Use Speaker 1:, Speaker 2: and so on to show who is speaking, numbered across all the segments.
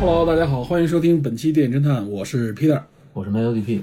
Speaker 1: Hello，大家好，欢迎收听本期电影侦探，我是 Peter。
Speaker 2: 我是 MLDP，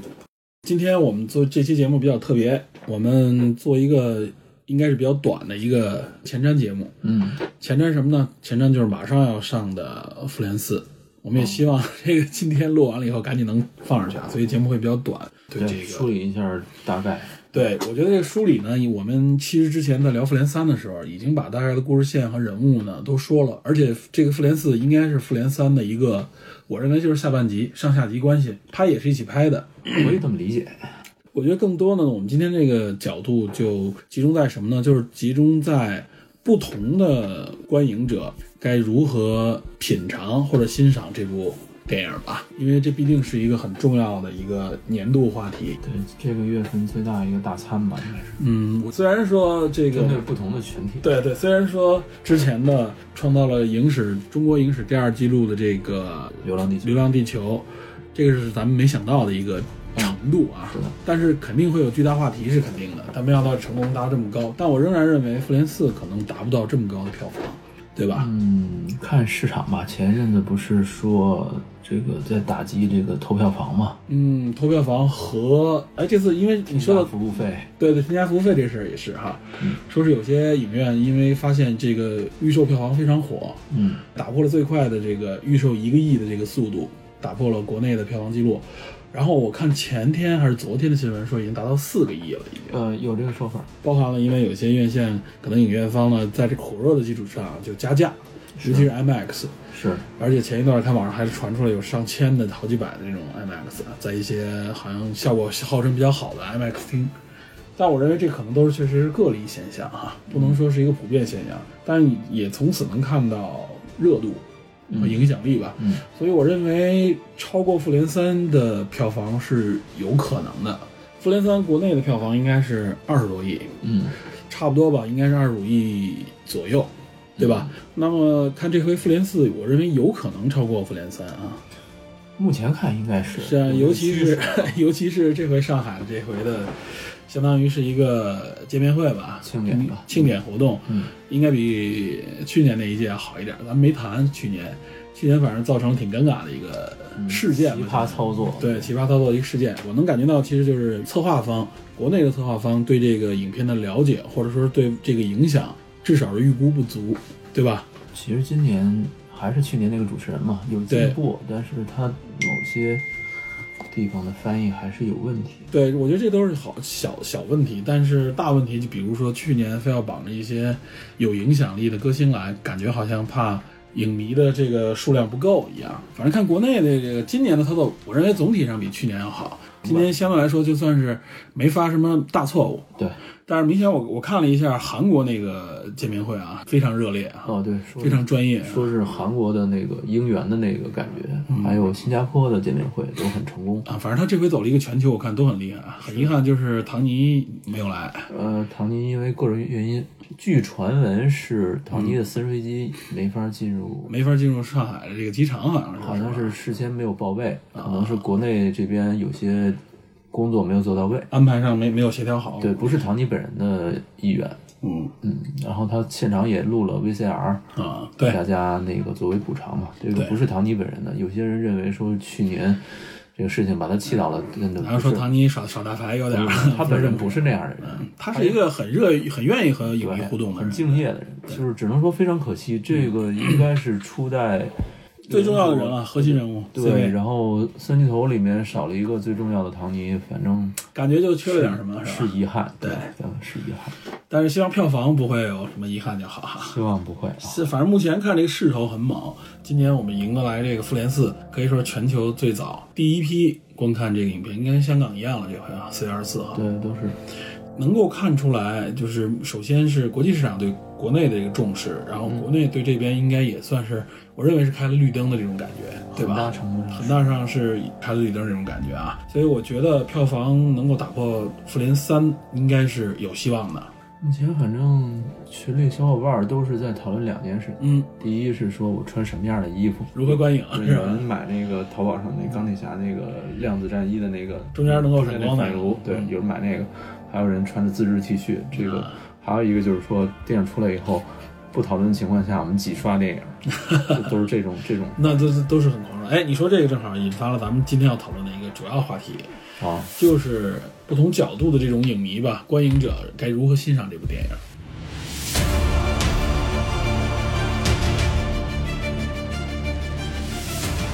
Speaker 1: 今天我们做这期节目比较特别，我们做一个应该是比较短的一个前瞻节目。
Speaker 2: 嗯，
Speaker 1: 前瞻什么呢？前瞻就是马上要上的《复联四》，我们也希望这个今天录完了以后赶紧能放上去啊，所以节目会比较短。对这个
Speaker 2: 梳理一下大概，
Speaker 1: 对，我觉得这个梳理呢，我们其实之前在聊《复联三》的时候，已经把大概的故事线和人物呢都说了，而且这个《复联四》应该是《复联三》的一个，我认为就是下半集、上下集关系，它也是一起拍的。
Speaker 2: 我也这么理解。
Speaker 1: 我觉得更多呢，我们今天这个角度就集中在什么呢？就是集中在不同的观影者该如何品尝或者欣赏这部电影吧，因为这毕竟是一个很重要的一个年度话题。
Speaker 2: 对，这个月份最大一个大餐吧，应该是
Speaker 1: 嗯，我虽然说这个
Speaker 2: 针对不同的群体。
Speaker 1: 对对，虽然说之前的创造了影史中国影史第二纪录的这个
Speaker 2: 流浪地球
Speaker 1: 流浪地球，这个是咱们没想到的一个程度啊。
Speaker 2: 嗯是的
Speaker 1: 但是肯定会有巨大话题是肯定的，但没想到成功达到这么高。但我仍然认为《复联四》可能达不到这么高的票房，对吧？
Speaker 2: 嗯，看市场吧。前一阵子不是说这个在打击这个投票房嘛，
Speaker 1: 嗯，投票房和哎这次因为你
Speaker 2: 收
Speaker 1: 说到
Speaker 2: 服务费，
Speaker 1: 对对，添加服务费这事儿也是哈，
Speaker 2: 嗯
Speaker 1: 说是有些影院因为发现这个预售票房非常火，
Speaker 2: 嗯，
Speaker 1: 打破了最快的这个预售一个亿的这个速度，打破了国内的票房记录。然后我看前天还是昨天的新闻说已经达到四个亿了，已经
Speaker 2: 呃，有这个说法，
Speaker 1: 包含了因为有些院线可能影院方呢在这火热的基础上就加价，尤其是 IMAX，
Speaker 2: 是
Speaker 1: 而且前一段看网上还传出来有上千的好几百的这种 IMAX，啊在一些好像效果号称比较好的 IMAX 厅。但我认为这可能都是确实是个例现象啊，不能说是一个普遍现象，但是也从此能看到热度和影响力吧。
Speaker 2: 嗯
Speaker 1: 所以我认为超过《复联三》的票房是有可能的。《复联三》国内的票房应该是二十多亿，
Speaker 2: 嗯，
Speaker 1: 差不多吧，应该是二十五亿左右，对吧？那么看这回《复联四》，我认为有可能超过《复联三》啊，
Speaker 2: 目前看应该是
Speaker 1: 是啊，尤其
Speaker 2: 有这
Speaker 1: 是
Speaker 2: 个趋势
Speaker 1: 尤其是这回上海这回的，相当于是一个见面会吧，
Speaker 2: 庆典吧
Speaker 1: 庆典活动，
Speaker 2: 嗯，
Speaker 1: 应该比去年那一届要好一点。咱们没谈去年，去年反正造成了挺尴尬的一个事件
Speaker 2: 嗯奇
Speaker 1: 吧，
Speaker 2: 葩操作，，
Speaker 1: 对奇葩操作的一个事件，我能感觉到，其实就是策划方，国内的策划方对这个影片的了解，或者说对这个影响，至少是预估不足，对吧？
Speaker 2: 其实今年还是去年那个主持人嘛，有
Speaker 1: 对
Speaker 2: 进步，但是他某些地方的翻译还是有问题。
Speaker 1: 对，我觉得这都是好小小问题，但是大问题，就比如说去年非要绑着一些有影响力的歌星来，感觉好像怕影迷的这个数量不够一样。反正看国内的这个今年的操作，我认为总体上比去年要好。今年相对来说就算是没发什么大错误，
Speaker 2: 对，
Speaker 1: 但是明显我我看了一下韩国那个见面会啊，非常热烈啊，
Speaker 2: 哦对，说
Speaker 1: 非常专业啊。
Speaker 2: 说是韩国的那个应援的那个感觉，
Speaker 1: 嗯
Speaker 2: 还有新加坡的见面会都很成功。
Speaker 1: 啊，反正他这回走了一个全球，我看都很厉害啊。很遗憾就是唐尼没有来，
Speaker 2: 呃，唐尼因为个人原因，据传闻是唐尼的私人飞机没法进入，
Speaker 1: 没法进入上海的这个机场，好像是
Speaker 2: 好像是事先没有报备，
Speaker 1: 嗯
Speaker 2: 可能是国内这边有些工作没有做到位。
Speaker 1: 安排上没没有协调好。
Speaker 2: 对，，不是唐尼本人的意愿。
Speaker 1: 嗯
Speaker 2: 嗯，然后他现场也录了 VCR，
Speaker 1: 啊，对
Speaker 2: 大家那个作为补偿嘛。这个
Speaker 1: 对
Speaker 2: 不是唐尼本人的，有些人认为说去年这个事情把他气到了，真的不
Speaker 1: 然后说
Speaker 2: 是
Speaker 1: 唐尼耍耍大牌有点儿，
Speaker 2: 他本人不是那样的人，
Speaker 1: 他是一个很热、很愿意和影迷
Speaker 2: 对
Speaker 1: 嗯互动的
Speaker 2: 很
Speaker 1: 人。嗯
Speaker 2: 敬业的人，就是只能说非常可惜，这个应该是初代
Speaker 1: 最重要的人了，核心人物。
Speaker 2: 对，
Speaker 1: CP
Speaker 2: 然后三巨头里面少了一个最重要的唐尼，反正
Speaker 1: 感觉就缺了点什么，
Speaker 2: 是
Speaker 1: 吧？
Speaker 2: 遗憾，
Speaker 1: 对
Speaker 2: 嗯是遗憾，
Speaker 1: 但是希望票房不会有什么遗憾就好哈。
Speaker 2: 希望不会啊。
Speaker 1: 是，反正目前看这个势头很猛。今年我们迎得来这个《复联四》，可以说是全球最早第一批观看这个影片，应该跟香港一样了。这回啊，四月二十四号，
Speaker 2: 对，都是
Speaker 1: 能够看出来，就是首先是国际市场对国内的一个重视，然后
Speaker 2: 嗯
Speaker 1: 国内对这边应该也算是，我认为是开了绿灯的这种感觉，对吧？
Speaker 2: 很大程度上
Speaker 1: 很大上是开了绿灯这种感觉啊，所以我觉得票房能够打破《复联三》应该是有希望的。
Speaker 2: 目前反正群里小伙伴都是在讨论两件事，
Speaker 1: 嗯，
Speaker 2: 第一是说我穿什么样的衣服，
Speaker 1: 如何观影
Speaker 2: 对啊
Speaker 1: 是
Speaker 2: 有人
Speaker 1: 吧？
Speaker 2: 买那个淘宝上那钢铁侠那个量子战衣的那个
Speaker 1: 中间能够闪
Speaker 2: 闪
Speaker 1: 光的
Speaker 2: 反炉，对，
Speaker 1: 嗯
Speaker 2: 有人买那个，还有人穿着自制 T 恤，这个
Speaker 1: 啊
Speaker 2: 还有一个就是说电影出来以后，不讨论的情况下，我们几刷电影，就 都是这种这种
Speaker 1: 那都是都是很狂热。哎，你说这个正好引发了咱们今天要讨论的一个主要话题，
Speaker 2: 啊，
Speaker 1: 就是不同角度的这种影迷吧，观影者该如何欣赏这部电影。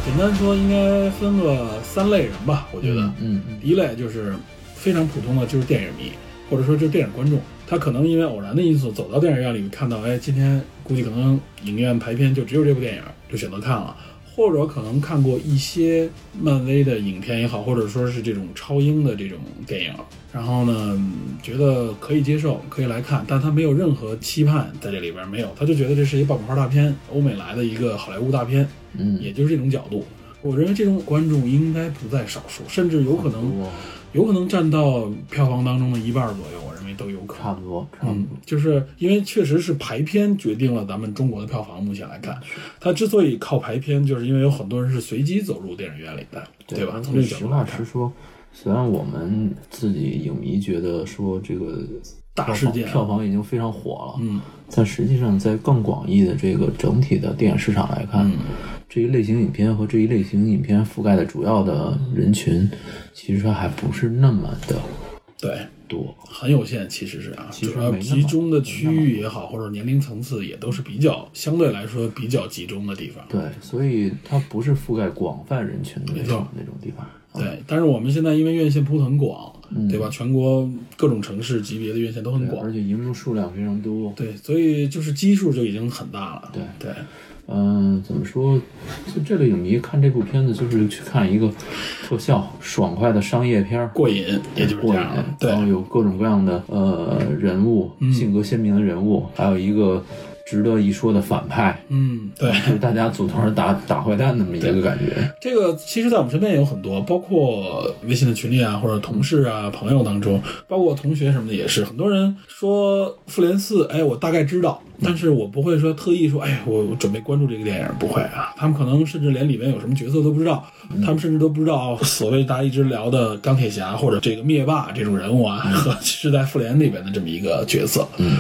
Speaker 1: 简单说，应该分个三类人吧，我觉得。
Speaker 2: 嗯嗯
Speaker 1: 第一类就是非常普通的，就是电影迷，或者说就是电影观众，他可能因为偶然的因素走到电影院里面，看到，哎，今天估计可能影院排片就只有这部电影，就选择看了。或者可能看过一些漫威的影片也好，或者说是这种超英的这种电影，然后呢，嗯觉得可以接受，可以来看，但他没有任何期盼在这里边，没有，他就觉得这是一爆米花大片，欧美来的一个好莱坞大片，
Speaker 2: 嗯，
Speaker 1: 也就是这种角度。我认为这种观众应该不在少数，甚至有可能
Speaker 2: 多
Speaker 1: 有可能占到票房当中的一半左右，我认为都有可能。
Speaker 2: 差不多差不多
Speaker 1: 嗯，，就是因为确实是排片决定了咱们中国的票房。目前来看，
Speaker 2: 嗯
Speaker 1: 它之所以靠排片，就是因为有很多人是随机走入电影院里的，对吧？
Speaker 2: 而
Speaker 1: 从
Speaker 2: 且
Speaker 1: 这个角
Speaker 2: 实
Speaker 1: 度
Speaker 2: 话
Speaker 1: 来看
Speaker 2: 实，说，虽然我们自己影迷觉得说这个
Speaker 1: 大
Speaker 2: 票
Speaker 1: 事
Speaker 2: 房
Speaker 1: 件啊
Speaker 2: 票房已经非常火了，
Speaker 1: 嗯，
Speaker 2: 但实际上在更广义的这个整体的电影市场来
Speaker 1: 嗯
Speaker 2: 看，这一类型影片和这一类型影片覆盖的主要的人群，其实还不是那么的
Speaker 1: 对，
Speaker 2: 多。
Speaker 1: 很有限，其实是啊，
Speaker 2: 其实
Speaker 1: 主要
Speaker 2: 没那么
Speaker 1: 集中的区域也好，或者年龄层次也都是比较相对来说比较集中的地方。
Speaker 2: 对，所以它不是覆盖广泛人群的那
Speaker 1: 没
Speaker 2: 种
Speaker 1: 错
Speaker 2: 那种地方。
Speaker 1: 对，但是我们现在因为院线铺得很广，
Speaker 2: 嗯
Speaker 1: 对吧？全国各种城市级别的院线都很
Speaker 2: 对，
Speaker 1: 广
Speaker 2: 而，且荧幕数量非常多。
Speaker 1: 对，所以就是基数就已经很大了。
Speaker 2: 对
Speaker 1: 对，
Speaker 2: 嗯，怎么说？就这类影迷看这部片子，就是去看一个特效爽快的商业片儿，
Speaker 1: 过瘾，也就是这
Speaker 2: 过瘾
Speaker 1: 样了。。
Speaker 2: 啊然后
Speaker 1: 对，嗯
Speaker 2: 有各种各样的呃人物，性格鲜明的人物，还有一个值得一说的反派，
Speaker 1: 嗯，对，
Speaker 2: 就是大家组团打打坏蛋那么一个感觉。
Speaker 1: 这个其实，在我们身边也有很多，包括微信的群里啊，或者同事啊、朋友当中，包括同学什么的，也是很多人说《复联四》，哎，我大概知道，但是我不会说特意说，哎，我我准备关注这个电影，不会啊。他们可能甚至连里面有什么角色都不知道，
Speaker 2: 嗯
Speaker 1: 他们甚至都不知道所谓大家一直聊的钢铁侠或者这个灭霸这种人物啊，和
Speaker 2: 嗯
Speaker 1: 是在复联里边的这么一个角色。嗯。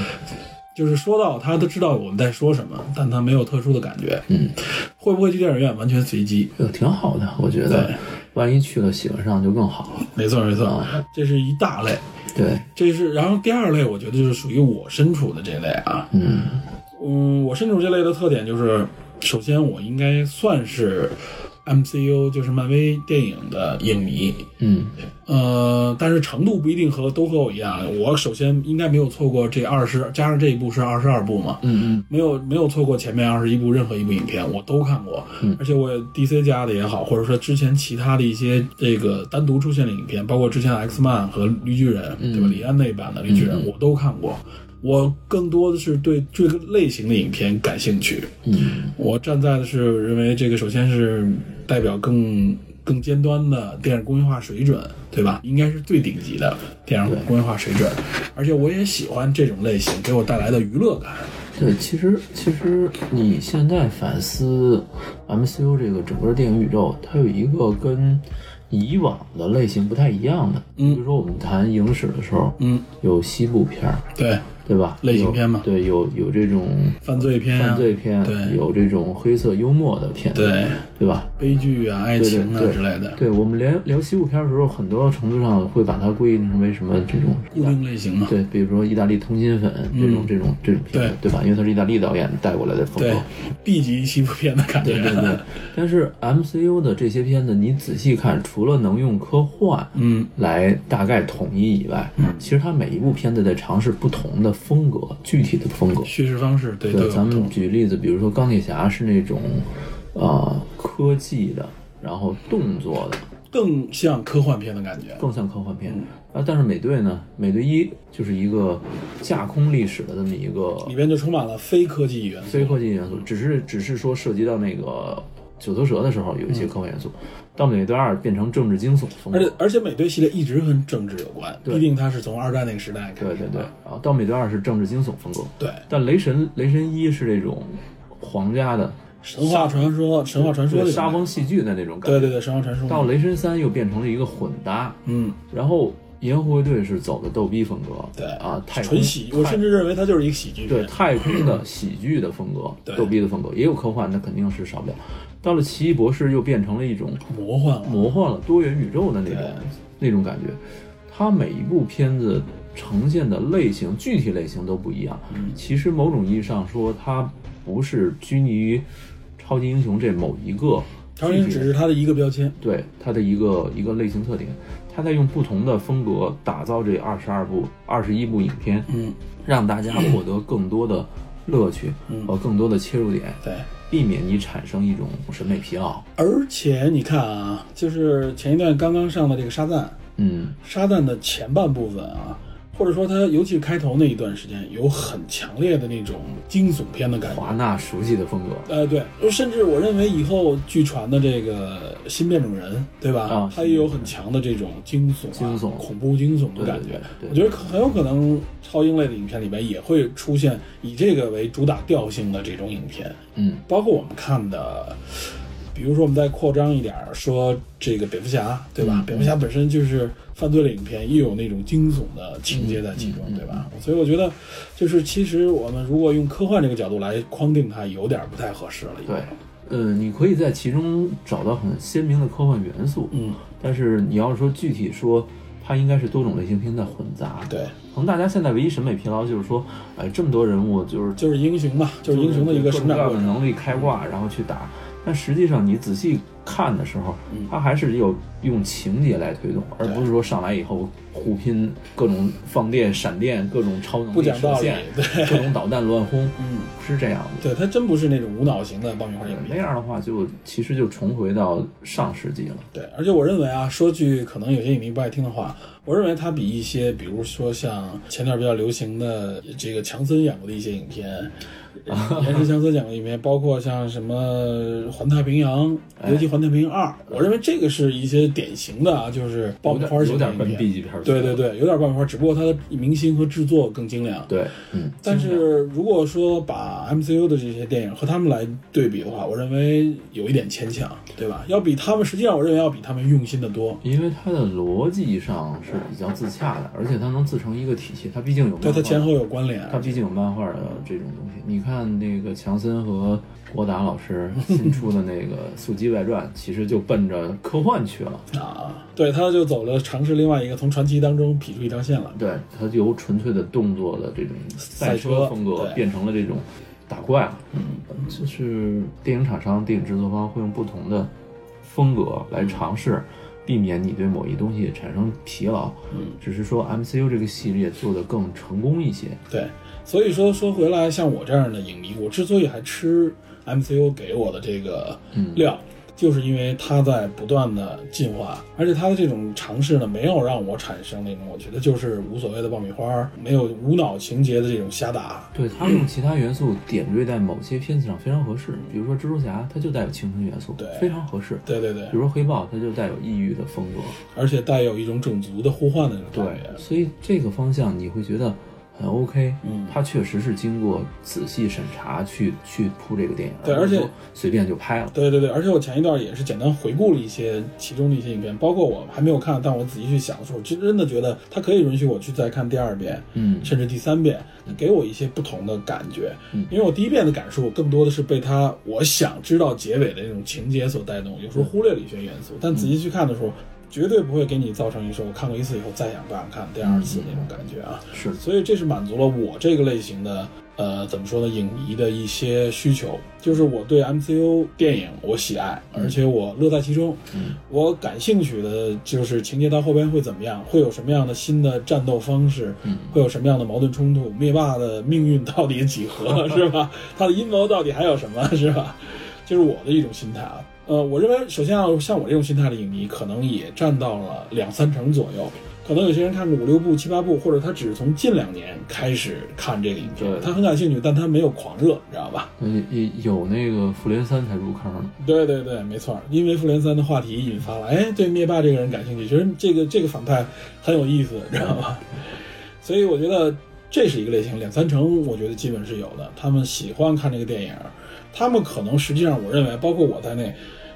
Speaker 1: 就是说到他都知道我们在说什么，但他没有特殊的感觉。
Speaker 2: 嗯，
Speaker 1: 会不会去电影院完全随机？
Speaker 2: 这个挺好的，我觉得
Speaker 1: 对，
Speaker 2: 万一去了喜欢上就更好了。
Speaker 1: 没错没错，这是一大类，
Speaker 2: 对，
Speaker 1: 这是然后第二类，我觉得就是属于我身处的这类啊，
Speaker 2: 嗯，
Speaker 1: 嗯，我身处这类的特点就是，首先我应该算是 MCU 就是漫威电影的影迷，
Speaker 2: 嗯，
Speaker 1: 呃，但是程度不一定和都和我一样，我首先应该没有错过这二十，加上这一部是二十二部嘛，
Speaker 2: 嗯
Speaker 1: 没有没有错过前面二十一部任何一部影片，我都看过，而且我 DC 加的也好，或者说之前其他的一些这个单独出现的影片，包括之前 X Man 和绿巨人，对吧？李安那版的绿巨人，我都看过。我更多的是对这个类型的影片感兴趣，
Speaker 2: 嗯
Speaker 1: 我站在的是认为这个首先是代表更更尖端的电影工业化水准，对吧？应该是最顶级的电影工业化水准，而且我也喜欢这种类型给我带来的娱乐感。
Speaker 2: 嗯，对，其实其实你现在反思 MCU 这个整个电影宇宙，它有一个跟以往的类型不太一样的，比如说我们谈影史的时候，
Speaker 1: 嗯，
Speaker 2: 有西部片儿，
Speaker 1: 对，
Speaker 2: 对吧？
Speaker 1: 类型片嘛
Speaker 2: 有对，有有这种
Speaker 1: 犯罪片、啊、
Speaker 2: 犯罪片，
Speaker 1: 对
Speaker 2: 有这种黑色幽默的片，
Speaker 1: 对
Speaker 2: 对吧？
Speaker 1: 悲剧啊、爱
Speaker 2: 对对
Speaker 1: 情啊
Speaker 2: 对
Speaker 1: 之类的
Speaker 2: 对我们聊聊西部片的时候，很多程度上会把它归因成为什么这种
Speaker 1: 固定类型嘛。啊
Speaker 2: 对，比如说意大利通心粉这
Speaker 1: 嗯
Speaker 2: 种、这种这种片子，对吧？因为它是意大利导演带过来的风
Speaker 1: 对
Speaker 2: 格。
Speaker 1: ，B 级西部片的感觉。啊
Speaker 2: 对 对对，但是 MCU 的这些片子，你仔细看，除了能用科幻
Speaker 1: 嗯
Speaker 2: 来大概统一以外，其实它每一部片子在尝试不同的风格，具体的风格。
Speaker 1: 叙事方式对都
Speaker 2: 对，
Speaker 1: 有
Speaker 2: 咱
Speaker 1: 不
Speaker 2: 们
Speaker 1: 同。
Speaker 2: 举例子，比如说钢铁侠是那种，呃，科技的，然后动作的，
Speaker 1: 更像科幻片的感觉。
Speaker 2: 更像科幻
Speaker 1: 嗯
Speaker 2: 片。啊，但是美队呢？美队一就是一个架空历史的这么一个
Speaker 1: 里边就充满了非科技元素。
Speaker 2: 非科技元素，只是只是说涉及到那个九头蛇的时候有一些科幻元素，到美队二变成政治惊悚风格
Speaker 1: 嗯而且而且美队系列一直跟政治有关，
Speaker 2: 对
Speaker 1: 毕竟它是从二战那个时代开
Speaker 2: 对
Speaker 1: 始
Speaker 2: 对
Speaker 1: 的。
Speaker 2: 对，啊，到美队二是政治惊悚风格，
Speaker 1: 对
Speaker 2: 但雷神雷神一是那种皇家的
Speaker 1: 神话传说、神话传说
Speaker 2: 对
Speaker 1: 的
Speaker 2: 沙翁戏剧的那种感觉，
Speaker 1: 对对对，神话传说。
Speaker 2: 到雷神三又变成了一个混搭，
Speaker 1: 嗯，
Speaker 2: 然后银河护卫队是走的逗逼风格，
Speaker 1: 对
Speaker 2: 啊，太空
Speaker 1: 纯喜，我
Speaker 2: 太
Speaker 1: 甚至认为它就是一个喜剧
Speaker 2: 对
Speaker 1: 片。
Speaker 2: 太空的喜剧的风格，
Speaker 1: 对
Speaker 2: 逗逼的风格，也有科幻，那肯定是少不了。到了奇异博士又变成了一种
Speaker 1: 魔幻啊了
Speaker 2: 魔幻了、多元宇宙的那
Speaker 1: 对
Speaker 2: 种那种感觉。它每一部片子呈现的类型、具体类型都不一样。
Speaker 1: 嗯
Speaker 2: 其实某种意义上说，它不是拘泥于超级英雄这某一个
Speaker 1: 超
Speaker 2: 具
Speaker 1: 人
Speaker 2: 体
Speaker 1: 只
Speaker 2: 的
Speaker 1: 是它的一个标签。
Speaker 2: 对它的一个一个类型特点，它在用不同的风格打造这二十二部、二十一部影片，
Speaker 1: 嗯，
Speaker 2: 让大家获得更多的乐趣
Speaker 1: 嗯
Speaker 2: 和更多的切入点，
Speaker 1: 对。
Speaker 2: 避免你产生一种审美疲劳。
Speaker 1: 而且你看啊，就是前一段刚刚上的这个沙赞，
Speaker 2: 嗯，
Speaker 1: 沙赞的前半部分啊，或者说它尤其开头那一段时间，有很强烈的那种惊悚片的感觉。
Speaker 2: 华纳熟悉的风格，
Speaker 1: 呃，对，甚至我认为以后据传的这个新变种人，对吧？
Speaker 2: 啊
Speaker 1: 他也有很强的这种惊悚、啊、
Speaker 2: 惊悚
Speaker 1: 恐怖惊悚的感觉。
Speaker 2: 对对对对
Speaker 1: 我觉得可很有可能超英类的影片里边也会出现以这个为主打调性的这种影片，
Speaker 2: 嗯，
Speaker 1: 包括我们看的。比如说，我们再扩张一点儿说，这个蝙蝠侠，对吧？蝙蝠侠本身就是犯罪类影片，又有那种惊悚的情节在其中，对吧？所以我觉得，就是其实我们如果用科幻这个角度来框定它，有点儿不太合适了。已经
Speaker 2: 对，呃，你可以在其中找到很鲜明的科幻元素，
Speaker 1: 嗯，
Speaker 2: 但是你要是说具体说，它应该是多种类型片在混杂。，
Speaker 1: 对，
Speaker 2: 可能大家现在唯一审美疲劳就是说，哎，这么多人物就是
Speaker 1: 就是英雄嘛，就是英雄的一个成
Speaker 2: 各种各样
Speaker 1: 长过
Speaker 2: 的
Speaker 1: 程。
Speaker 2: 能力开挂，然后去打。但实际上，你仔细看的时候，
Speaker 1: 嗯
Speaker 2: 它还是有用情节来推动，而不是说上来以后互拼各种放电、闪电、各种超能
Speaker 1: 不
Speaker 2: 力
Speaker 1: 讲
Speaker 2: 射
Speaker 1: 道理
Speaker 2: 线、
Speaker 1: 对
Speaker 2: 各种导弹乱轰，
Speaker 1: 嗯，
Speaker 2: 不是这样的。
Speaker 1: 对，他真不是那种无脑型的爆米花影
Speaker 2: 那
Speaker 1: 片。
Speaker 2: 样的话就，其实就重回到上世纪了。
Speaker 1: 对，而且我认为啊，说句可能有些影迷不爱听的话，我认为它比一些，比如说像前段比较流行的这个强森演过的一些影片，
Speaker 2: 啊
Speaker 1: 岩石强森演过的影片，包括像什么《环太平洋》，
Speaker 2: 哎
Speaker 1: 尤其《环太平洋二》，我认为这个是一些典型的啊，就是爆
Speaker 2: 有
Speaker 1: 米
Speaker 2: 点
Speaker 1: 花
Speaker 2: 有
Speaker 1: 型的
Speaker 2: 点
Speaker 1: 影
Speaker 2: 奔 B
Speaker 1: 片。
Speaker 2: 级片儿去
Speaker 1: 对
Speaker 2: 了。
Speaker 1: 对对，有点爆米花，只不过它的明星和制作更精良。
Speaker 2: 对，嗯，
Speaker 1: 但是如果说把 MCU 的这些电影和他们来对比的话，我认为有一点牵强，对吧？要比他们，实际上我认为要比他们用心的多。
Speaker 2: 因为它的逻辑上是比较自洽的，而且它能自成一个体系。它毕竟有
Speaker 1: 对，它
Speaker 2: 漫画
Speaker 1: 前后有关联。啊
Speaker 2: 它毕竟有漫画的这种东西。你看那个强森和郭达老师新出的那个《速激外传》，其实就奔着科幻去了。
Speaker 1: 啊，对，他就走了，尝试另外一个从传奇当中劈出一条线来。
Speaker 2: 对，它由纯粹的动作的这种赛车
Speaker 1: 车
Speaker 2: 风格
Speaker 1: 对
Speaker 2: 变成了这种打怪了。嗯，就是电影厂商、电影制作方会用不同的风格来尝试。避免你对某一东西产生疲劳，只是说 MCU 这个系列做得更成功一些，
Speaker 1: 对，所以说说回来，像我这样的影迷，我之所以还吃 MCU 给我的这个料，就是因为它在不断的进化，而且它的这种尝试呢，没有让我产生那种我觉得就是无所谓的爆米花，没有无脑情节的这种瞎打。
Speaker 2: 对他用其他元素点缀在某些片子上非常合适，比如说蜘蛛侠，它就带有青春元素，
Speaker 1: 对
Speaker 2: 非常合适。
Speaker 1: 对对对
Speaker 2: 比，如说黑豹，它就带有异域的风格，
Speaker 1: 而且带有一种种族的互换的那种感觉。
Speaker 2: 所以这个方向你会觉得很 OK，
Speaker 3: 嗯
Speaker 2: 它确实是经过仔细审查去去铺这个电影，
Speaker 1: 对
Speaker 2: 不是
Speaker 1: 而且
Speaker 2: 说随便就拍了。
Speaker 1: 对对对，而且我前一段也是简单回顾了一些其中的一些影片，包括我还没有看，但我仔细去想的时候，真真的觉得它可以允许我去再看第二遍，
Speaker 2: 嗯
Speaker 1: 甚至第三遍，它给我一些不同的感觉。
Speaker 2: 嗯
Speaker 1: 因为我第一遍的感受更多的是被它我想知道结尾的那种情节所带动，有时候忽略了一些元素，但仔细去看的时候，绝对不会给你造成一说我看过一次以后再想不想看第二次那种感觉啊。
Speaker 2: 是
Speaker 1: 所以这是满足了我这个类型的呃怎么说呢，影迷的一些需求，就是我对 MCU 电影我喜爱，而且我乐在其中。
Speaker 2: 嗯
Speaker 1: 我感兴趣的就是情节到后边会怎么样，会有什么样的新的战斗方式，
Speaker 2: 嗯
Speaker 1: 会有什么样的矛盾冲突，灭霸的命运到底几何 是吧？他的阴谋到底还有什么是吧？就是我的一种心态啊。呃，我认为首先啊，像我这种心态的影迷，可能也占到了两三成左右。可能有些人看个五六部、七八部，或者他只是从近两年开始看这个影片
Speaker 2: 对，
Speaker 1: 他很感兴趣，但他没有狂热，你知道吧？
Speaker 2: 所以一有那个复联三才入坑呢，
Speaker 1: 对对对，没错，因为复联三的话题引发了，哎，对灭霸这个人感兴趣，觉得这个这个反派很有意思，知道吧？所以我觉得这是一个类型，两三成我觉得基本是有的。他们喜欢看这个电影，他们可能实际上我认为，包括我在内，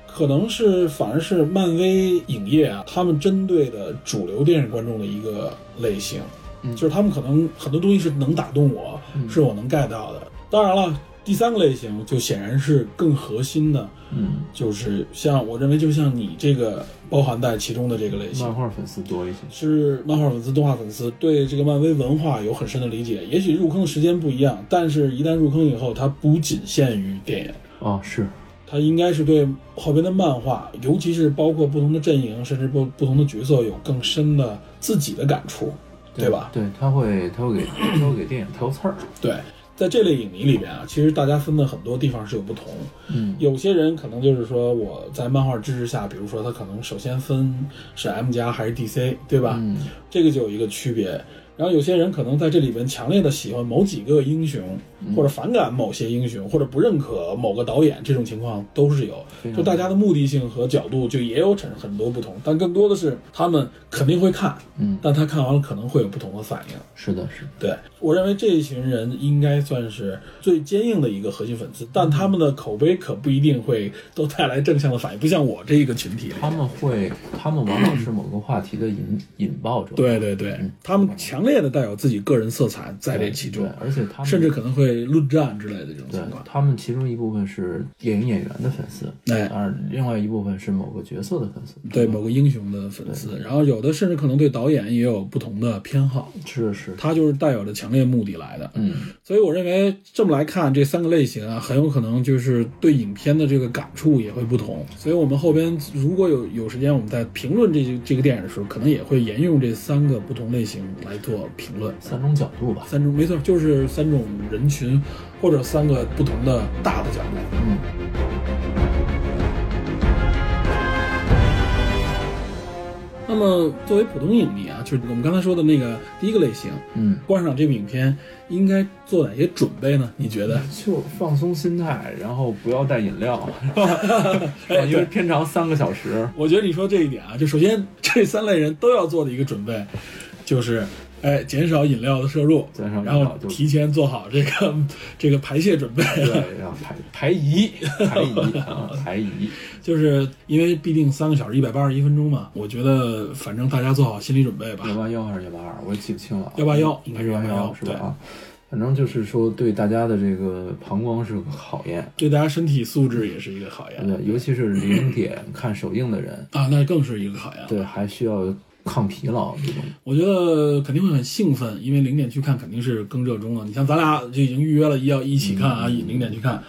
Speaker 1: 可能是反而是漫威影业啊，他们针对的主流电影观众的一个类型，
Speaker 2: 嗯
Speaker 1: 就是他们可能很多东西是能打动我，是我能 get 到的。当然了，第三个类型就显然是更核心的，
Speaker 2: 嗯，
Speaker 1: 就是像我认为，就像你这个包含在其中的这个类型
Speaker 2: 漫，画粉丝多一些。
Speaker 1: 是漫画粉丝、动画粉丝对这个漫威文化有很深的理解。也许入坑的时间不一样，但是一旦入坑以后，它不仅限于电影，
Speaker 2: 哦，是，
Speaker 1: 它应该是对后边的漫画，尤其是包括不同的阵营，甚至不不同的角色有更深的自己的感触，对吧？
Speaker 2: 对，他会，他会给，他会给电影挑刺儿。
Speaker 1: 对，在这类影迷里边啊，其实大家分的很多地方是有不同。
Speaker 2: 嗯
Speaker 1: 有些人可能就是说我在漫画支持下，比如说他可能首先分是 M 加还是 DC，对吧？
Speaker 2: 嗯
Speaker 1: 这个就有一个区别。然后有些人可能在这里边强烈的喜欢某几个英雄，
Speaker 2: 嗯
Speaker 1: 或者反感某些英雄，或者不认可某个导演，这种情况都是有
Speaker 2: 非。常
Speaker 1: 就大家的目的性和角度就也有产生很多不同，但更多的是他们肯定会看，
Speaker 2: 嗯，
Speaker 1: 但他看完了可能会有不同的反应。
Speaker 2: 是的，是的，
Speaker 1: 对我认为这一群人应该算是最坚硬的一个核心粉丝，但他们的口碑可不一定会都带来正向的反应，不像我这一个群体。
Speaker 2: 他们会，他们往往是某个话题的引引爆者。
Speaker 1: 对对对，他们强烈的带有自己个人色彩在这其中
Speaker 2: 对，而且他们
Speaker 1: 甚至可能会论战之类的这种
Speaker 2: 对
Speaker 1: 情况。
Speaker 2: 他们其中一部分是电影演员的粉丝，
Speaker 1: 哎
Speaker 2: 而另外一部分是某个角色的粉丝。
Speaker 1: 对某个英雄的粉丝，然后有的甚至可能对导演也有不同的偏好，
Speaker 2: 是是，
Speaker 1: 他就是带有着强烈目的来的。
Speaker 2: 嗯，
Speaker 1: 所以我认为这么来看，这三个类型啊，很有可能就是对影片的这个感触也会不同。所以我们后边如果有有时间，我们在评论这这个电影的时候，可能也会沿用这三个不同类型来做评论。
Speaker 2: 三种角度吧。
Speaker 1: 三种没错，就是三种人群或者三个不同的大的角度。
Speaker 2: 嗯。
Speaker 1: 那么，作为普通影迷啊，就是我们刚才说的那个第一个类型，
Speaker 2: 嗯，
Speaker 1: 观赏这部影片应该做哪些准备呢？你觉得？
Speaker 2: 就放松心态，然后不要带饮料， 是吧
Speaker 1: 哎
Speaker 2: 因
Speaker 1: 对
Speaker 2: 为片长三个小时。
Speaker 1: 我觉得你说这一点啊，就首先 这三类人都要做的一个准备，就是，哎，减少饮料的摄入，
Speaker 2: 减少饮
Speaker 1: 然
Speaker 2: 料
Speaker 1: 后提前做好这个 这个排泄准备。
Speaker 2: 对，然后排排遗，排遗啊，排遗。
Speaker 1: 就是因为毕竟三个小时一百八十一分钟嘛，我觉得反正大家做好心理准备吧
Speaker 2: 幺。八幺还是幺八二，我也记不清了。啊嗯
Speaker 1: 181应该是
Speaker 2: 幺八幺
Speaker 1: 181
Speaker 2: 是吧？啊，反正就是说对大家的这个膀胱是个考验，
Speaker 1: 对大家身体素质也是一个考验
Speaker 2: 对，尤其是零点看首映的人，
Speaker 1: 啊，那更是一个考验。
Speaker 2: 对，还需要抗疲劳这种。
Speaker 1: 我觉得肯定会很兴奋，因为零点去看肯定是更热衷了。啊你像咱俩就已经预约了，要一起看啊，
Speaker 2: 嗯
Speaker 1: 零点去看，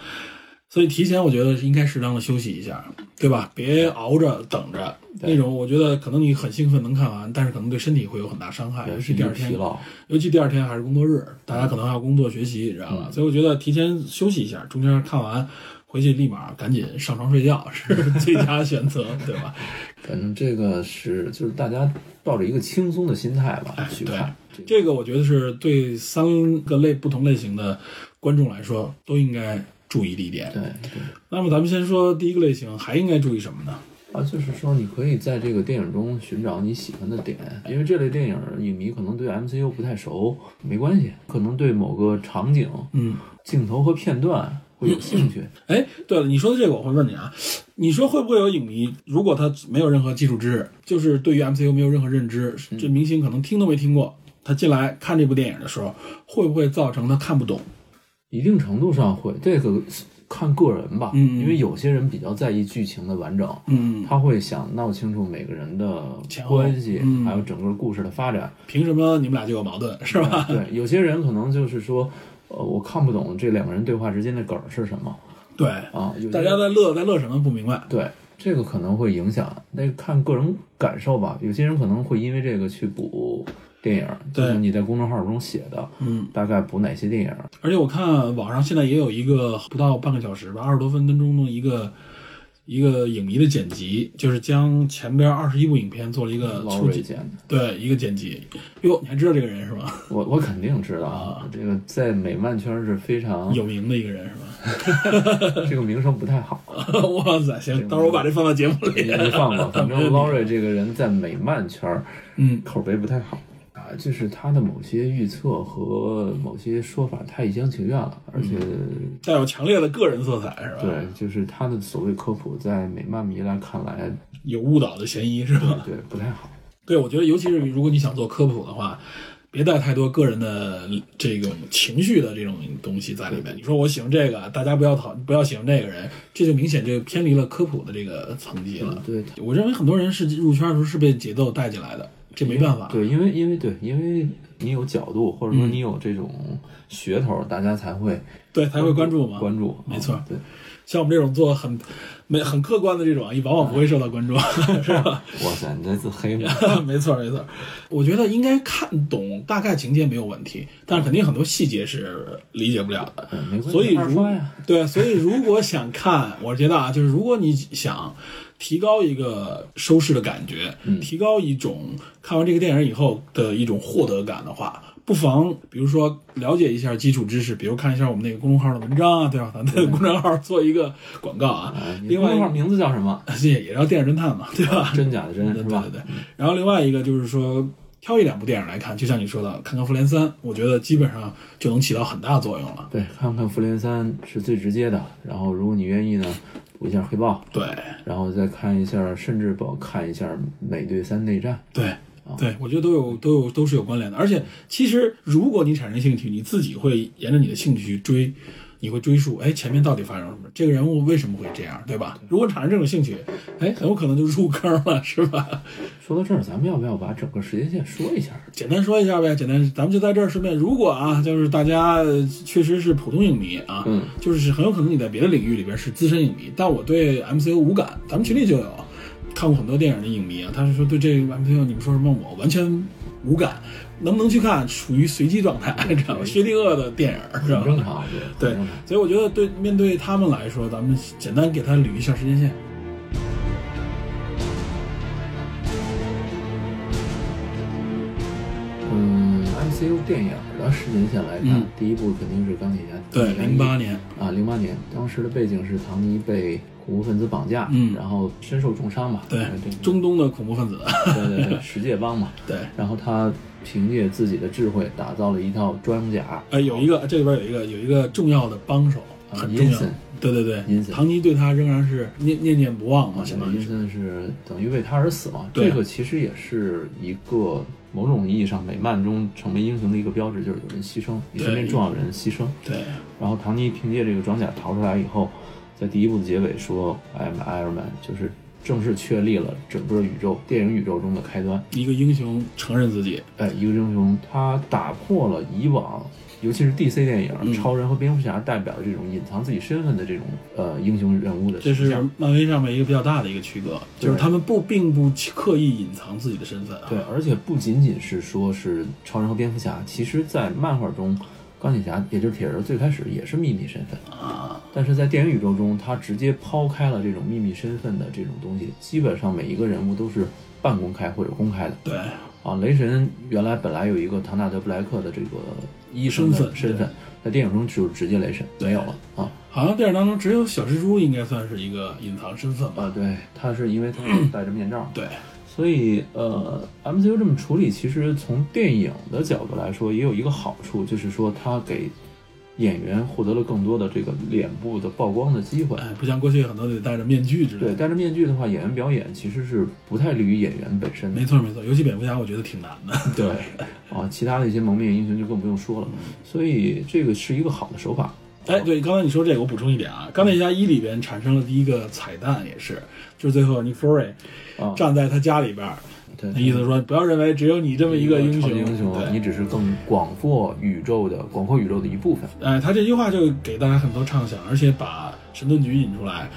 Speaker 1: 所以提前我觉得是应该适当的休息一下，对吧？别熬着等着
Speaker 2: 对
Speaker 1: 那种，我觉得可能你很兴奋能看完，但是可能对身体会有很大伤害，
Speaker 2: 对
Speaker 1: 啊尤其第二天
Speaker 2: 疲劳，
Speaker 1: 尤其第二天还是工作日，大家可能还要工作学习，知道
Speaker 2: 嗯
Speaker 1: 吧？所以我觉得提前休息一下，中间看完回去立马赶紧上床睡觉是 最佳选择，对吧？
Speaker 2: 反正这个是就是大家抱着一个轻松的心态吧去
Speaker 1: 哎对
Speaker 2: 看。，
Speaker 1: 这个我觉得是对三个类不同类型的观众来说都应该注意的一点。
Speaker 2: 对对，
Speaker 1: 那么咱们先说第一个类型，还应该注意什么呢？
Speaker 2: 啊，就是说你可以在这个电影中寻找你喜欢的点，因为这类电影影迷可能对 MCU 不太熟，没关系，可能对某个场景、
Speaker 1: 嗯，
Speaker 2: 镜头和片段会有兴趣。
Speaker 1: 哎，对了，你说的这个我会问你啊，你说会不会有影迷，如果他没有任何基础知识，就是对于 MCU 没有任何认知，这明星可能听都没听过，他进来看这部电影的时候，会不会造成他看不懂？
Speaker 2: 一定程度上会，这个看个人吧，
Speaker 1: 嗯
Speaker 2: 因为有些人比较在意剧情的完整，
Speaker 1: 嗯，
Speaker 2: 他会想闹清楚每个人的
Speaker 1: 前后
Speaker 2: 关系，
Speaker 1: 嗯
Speaker 2: 还有整个故事的发展。
Speaker 1: 凭什么你们俩就有矛盾是吧？
Speaker 2: 对，有些人可能就是说，呃，我看不懂这两个人对话之间的梗是什么
Speaker 1: 对，
Speaker 2: 啊，有些
Speaker 1: 大家在乐在乐什么不明白？
Speaker 2: 对这个可能会影响，那看个人感受吧。有些人可能会因为这个去补电影，
Speaker 1: 对
Speaker 2: 就是你在公众号中写的，
Speaker 1: 嗯，
Speaker 2: 大概补哪些电影，
Speaker 1: 而且我看网上现在也有一个不到半个小时吧，二十多分钟的一个一个影迷的剪辑，就是将前边二十一部影片做了一个
Speaker 2: 老
Speaker 1: 粗
Speaker 2: 瑞
Speaker 1: 剪，
Speaker 2: 剪的，
Speaker 1: 对一个剪辑。哟，你还知道这个人是吧？
Speaker 2: 我我肯定知道啊，这个在美漫圈是非常
Speaker 1: 有名的一个人是吧？
Speaker 2: 这个名声不太好，啊
Speaker 1: 哇塞，行，到时候我把这放到节目
Speaker 2: 你
Speaker 1: 里。
Speaker 2: 你放 吧，反正老瑞这个人在美漫圈儿
Speaker 1: 嗯
Speaker 2: 口碑不太好。啊，就是他的某些预测和某些说法太一厢情愿了，而且
Speaker 1: 带有强烈的个人色彩是吧？，
Speaker 2: 对，就是他的所谓科普，在美漫迷来看来，
Speaker 1: 有误导的嫌疑是吧？
Speaker 2: 对不太好。
Speaker 1: 对，我觉得尤其是如果你想做科普的话，别带太多个人的这种情绪的这种东西在里面。你说我喜欢这个，大家不要讨不要喜欢这个人，这就明显就偏离了科普的这个层级了。
Speaker 2: 对
Speaker 1: 我认为很多人是入圈的时候是被节奏带进来的，这没办法。嗯
Speaker 2: 对，因为因为对，因为你有角度，或者说你有这种噱头，大家才会
Speaker 1: 对，才会关注嘛。
Speaker 2: 关注，
Speaker 1: 没错
Speaker 2: 啊对，
Speaker 1: 像我们这种做很没很客观的这种啊，也往往不会受到关注，
Speaker 2: 哎
Speaker 1: 是吧？
Speaker 2: 哇塞，你在自 黑吗？
Speaker 1: 没错没错，我觉得应该看懂大概情节没有问题，但是肯定很多细节是理解不了的。
Speaker 2: 嗯没关系
Speaker 1: 所以
Speaker 2: 二
Speaker 1: 如
Speaker 2: 刷呀，
Speaker 1: 对，所以如果想看，我觉得啊，就是如果你想提高一个收视的感觉，
Speaker 2: 嗯
Speaker 1: 提高一种看完这个电影以后的一种获得感的话。不妨，比如说了解一下基础知识，比如看一下我们那个公众号的文章啊，对吧？咱们的公众号做一个广告啊
Speaker 2: 啊。你
Speaker 1: 另外
Speaker 2: 公
Speaker 1: 一
Speaker 2: 众
Speaker 1: 个
Speaker 2: 号，名字叫什么？
Speaker 1: 这也叫电影侦探嘛，对吧？
Speaker 2: 真假的真是
Speaker 1: 对对
Speaker 2: 吧
Speaker 1: 嗯对？对。然后另外一个就是说，挑一两部电影来看，就像你说的，看看《复联三》，我觉得基本上就能起到很大作用了。
Speaker 2: 对，看看《复联三》是最直接的。然后，如果你愿意呢，补一下《黑豹
Speaker 1: 对》，
Speaker 2: 然后再看一下，甚至包看一下《美队三内战》。
Speaker 1: 对。对，我觉得都有都有都是有关联的，而且其实如果你产生兴趣，你自己会沿着你的兴趣去追，你会追溯，哎，前面到底发生了什么？这个人物为什么会这样，对吧？如果产生这种兴趣，哎，很有可能就入坑了，是吧？
Speaker 2: 说到这儿，咱们要不要把整个时间线说一下？
Speaker 1: 简单说一下呗，简单，咱们就在这儿顺便，如果啊，就是大家呃确实是普通影迷啊，
Speaker 2: 嗯，
Speaker 1: 就是很有可能你在别的领域里边是资深影迷，但我对 MCU 无感，咱们群里就有看过很多电影的影迷啊，他是说对这个 MCU 你们说什么我完全无感，能不能去看属于随机状态，
Speaker 2: 嗯
Speaker 1: 知道吗？薛定谔的电影是吧
Speaker 2: 很？正常，对，
Speaker 1: 对
Speaker 2: 很正常。，
Speaker 1: 所以我觉得对面对他们来说，咱们简单给他捋一下时间线。
Speaker 2: 嗯，MCU 电影的时间线来看，
Speaker 1: 嗯
Speaker 2: 第一部肯定是钢铁侠。
Speaker 1: 对，零八年，
Speaker 2: 啊，零八年，当时的背景是唐尼被恐怖分子绑架，
Speaker 1: 嗯
Speaker 2: 然后身受重伤嘛，
Speaker 1: 对
Speaker 2: 呃这个
Speaker 1: 中东的恐怖分子，
Speaker 2: 对对对，十界帮嘛，
Speaker 1: 对。
Speaker 2: 然后他凭借自己的智慧打造了一套装甲，
Speaker 1: 呃，有一个这里边有一个有一个重要的帮手，
Speaker 2: 啊
Speaker 1: 很重要
Speaker 2: Yinsen。
Speaker 1: 对对对，
Speaker 2: Yinsen
Speaker 1: 唐尼对他仍然是念念念不忘啊嘛，相当于
Speaker 2: 因
Speaker 1: 是。
Speaker 2: 嗯森啊是等于为他而死嘛，
Speaker 1: 对啊
Speaker 2: 这个其实也是一个某种意义上美漫中成为英雄的一个标志，就是有人牺牲，你身边
Speaker 1: 对
Speaker 2: 重要的人牺牲。
Speaker 1: 对
Speaker 2: 然后唐尼凭借这个装甲逃出来以后，在第一部的结尾说 “I'm Iron Man”，就是正式确立了整个宇宙电影宇宙中的开端。
Speaker 1: 一个英雄承认自己，
Speaker 2: 哎，一个英雄他打破了以往，尤其是 DC 电影、超人和蝙蝠侠代表的这种隐藏自己身份的这种呃英雄人物的
Speaker 1: 这
Speaker 2: 形
Speaker 1: 是
Speaker 2: 象。
Speaker 1: 漫威上面一个比较大的一个区隔，就是
Speaker 2: 对
Speaker 1: 他们不并不刻意隐藏自己的身份啊。
Speaker 2: 对，而且不仅仅是说是超人和蝙蝠侠，其实在漫画中，钢铁侠也就是铁人最开始也是秘密身份，
Speaker 1: 啊，
Speaker 2: 但是在电影宇宙中，他直接抛开了这种秘密身份的这种东西，基本上每一个人物都是半公开或者公开的。
Speaker 1: 对
Speaker 2: 啊，雷神原来本来有一个唐纳德·布莱克的这个医生的
Speaker 1: 身份
Speaker 2: 身份，在电影中只有直接雷神没有了啊。
Speaker 1: 好像电影当中只有小蜘蛛应该算是一个隐藏身份吧？
Speaker 2: 啊，对，他是因为 他戴着面罩，
Speaker 1: 对，
Speaker 2: 所以呃，MCU 这么处理，其实从电影的角度来说，也有一个好处，就是说它给演员获得了更多的这个脸部的曝光的机会。
Speaker 1: 哎，不像过去很多得戴着面具之类
Speaker 2: 对，
Speaker 1: 的。
Speaker 2: 戴着面具的话，演员表演其实是不太利于演员本身的
Speaker 1: 没。错没错，尤其蝙蝠侠，我觉得挺难的。
Speaker 2: 对，啊，其他的一些蒙面英雄就更不用说了。
Speaker 1: 嗯
Speaker 2: 所以这个是一个好的手法。
Speaker 1: 哎，对，刚才你说这个，我补充一点啊，《钢铁侠一》里边产生了第一个彩蛋，也是，就是最后 Nick Fury
Speaker 2: 啊
Speaker 1: 站在他家里边儿，
Speaker 2: 对，
Speaker 1: 那意思说，不要认为只有你这么一个英
Speaker 2: 超
Speaker 1: 雄，
Speaker 2: 级英雄，你
Speaker 1: 对，
Speaker 2: 只是更广阔宇宙的广阔宇宙的一部分。
Speaker 1: 哎，他这句话就给大家很多畅想，而且把神盾局引出来，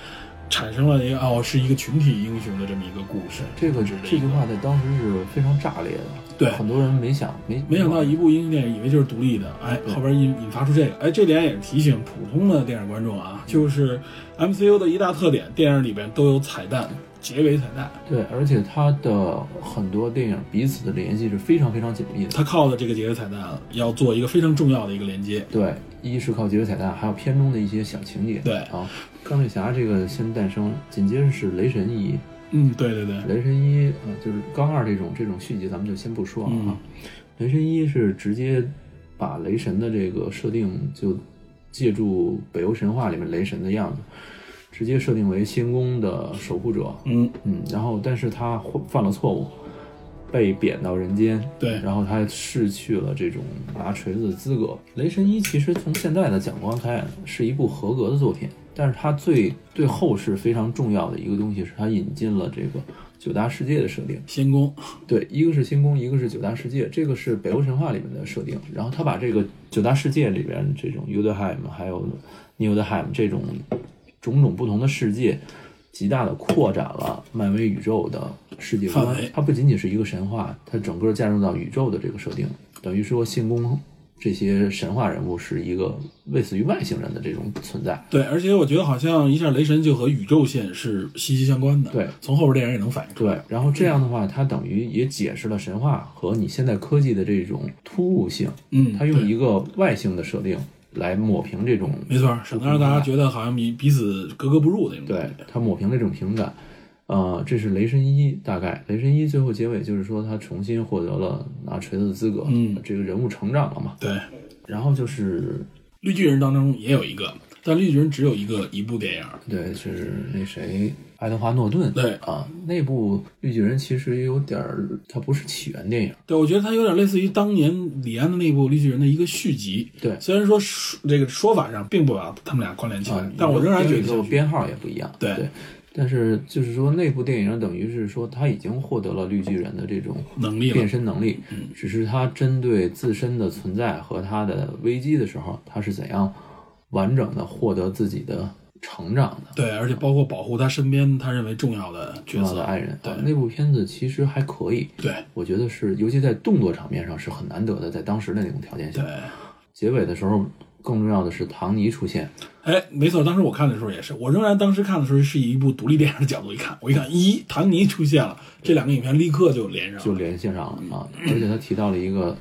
Speaker 1: 产生了一个哦，是一个群体英雄的这么一个故事。
Speaker 2: 这个
Speaker 1: 值得
Speaker 2: 这
Speaker 1: 一
Speaker 2: 句
Speaker 1: 看
Speaker 2: 话在当时是非常炸裂的，
Speaker 1: 对
Speaker 2: 很多人没想没
Speaker 1: 没想到一部英雄电影以为就是独立的，哎，后边引引发出这个，哎，这点也是提醒普通的电影观众啊，就是 MCU 的一大特点，电影里边都有彩蛋，结尾彩蛋，
Speaker 2: 对，而且它的很多电影彼此的联系是非常非常紧密的。
Speaker 1: 它靠的这个结尾彩蛋要做一个非常重要的一个连接。
Speaker 2: 对，一是靠结尾彩蛋，还有片中的一些小情节。
Speaker 1: 对
Speaker 2: 啊，钢铁侠这个先诞生，紧接着是雷神一，
Speaker 1: 嗯，对对对，
Speaker 2: 雷神一啊、呃就是钢二这种这种续集，咱们就先不说了啊。
Speaker 1: 嗯
Speaker 2: 雷神一是直接把雷神的这个设定就借助北欧神话里面雷神的样子，直接设定为仙宫的守护者。
Speaker 1: 嗯，
Speaker 2: 嗯，然后但是他犯了错误，被贬到人间。
Speaker 1: 对
Speaker 2: 然后他失去了这种拿锤子的资格。雷神一其实从现在的角度看是一部合格的作品，但是它最对后世非常重要的一个东西是它引进了这个九大世界的设定。
Speaker 1: 仙宫，
Speaker 2: 对，一个是星宫，一个是九大世界，这个是北欧神话里面的设定。然后他把这个九大世界里边这种 Udaheim 还有 n e w d h e i m 这种种种不同的世界，极大的扩展了漫威宇宙的世界观
Speaker 1: 范围。
Speaker 2: 它不仅仅是一个神话，它整个加入到宇宙的这个设定，等于说星宫这些神话人物是一个类似于外星人的这种存在。
Speaker 1: 对，而且我觉得好像一下雷神就和宇宙线是息息相关的，
Speaker 2: 对
Speaker 1: 从后边电影也能反映出来。
Speaker 2: 对，然后这样的话，它等于也解释了神话和你现代科技的这种突兀性。
Speaker 1: 嗯，
Speaker 2: 他用
Speaker 1: 对
Speaker 2: 一个外星的设定来抹平这种，
Speaker 1: 没错，省得让大家觉得好像彼彼此格格不入那种
Speaker 2: 对
Speaker 1: 感觉。
Speaker 2: 他抹平这种平感。呃，这是雷神一，大概雷神一最后结尾就是说他重新获得了拿锤子的资格，
Speaker 1: 嗯
Speaker 2: 这个人物成长了嘛。
Speaker 1: 对，
Speaker 2: 然后就是
Speaker 1: 绿巨人当中也有一个，但绿巨人只有一个一部电影。
Speaker 2: 对，就是那谁爱德华诺顿，
Speaker 1: 对
Speaker 2: 啊，那部绿巨人其实有点儿，它不是起源电影，
Speaker 1: 对，我觉得它有点类似于当年李安的那部《绿巨人》的一个续集。
Speaker 2: 对
Speaker 1: 虽然说说这个说法上并不把他们俩关联起来，
Speaker 2: 啊，
Speaker 1: 但我仍然觉得
Speaker 2: 这个编号也不一样。
Speaker 1: 对
Speaker 2: 但是就是说那部电影等于是说他已经获得了绿巨人的这种
Speaker 1: 能力了
Speaker 2: 变身能力，
Speaker 1: 嗯
Speaker 2: 只是他针对自身的存在和他的危机的时候，他是怎样完整的获得自己的成长的。
Speaker 1: 对，而且包括保护他身边他认为重要的角
Speaker 2: 重要
Speaker 1: 色
Speaker 2: 的爱人，
Speaker 1: 对
Speaker 2: 啊那部片子其实还可以，
Speaker 1: 对
Speaker 2: 我觉得是，尤其在动作场面上是很难得的，在当时的那种条件
Speaker 1: 对
Speaker 2: 下，，结尾的时候，更重要的是唐尼出现，
Speaker 1: 哎，没错，当时我看的时候也是，我仍然当时看的时候是以一部独立电影的角度一看，我一看，咦，唐尼出现了，这两个影片立刻就连上了，
Speaker 2: 就联系上了啊，而且他提到了一个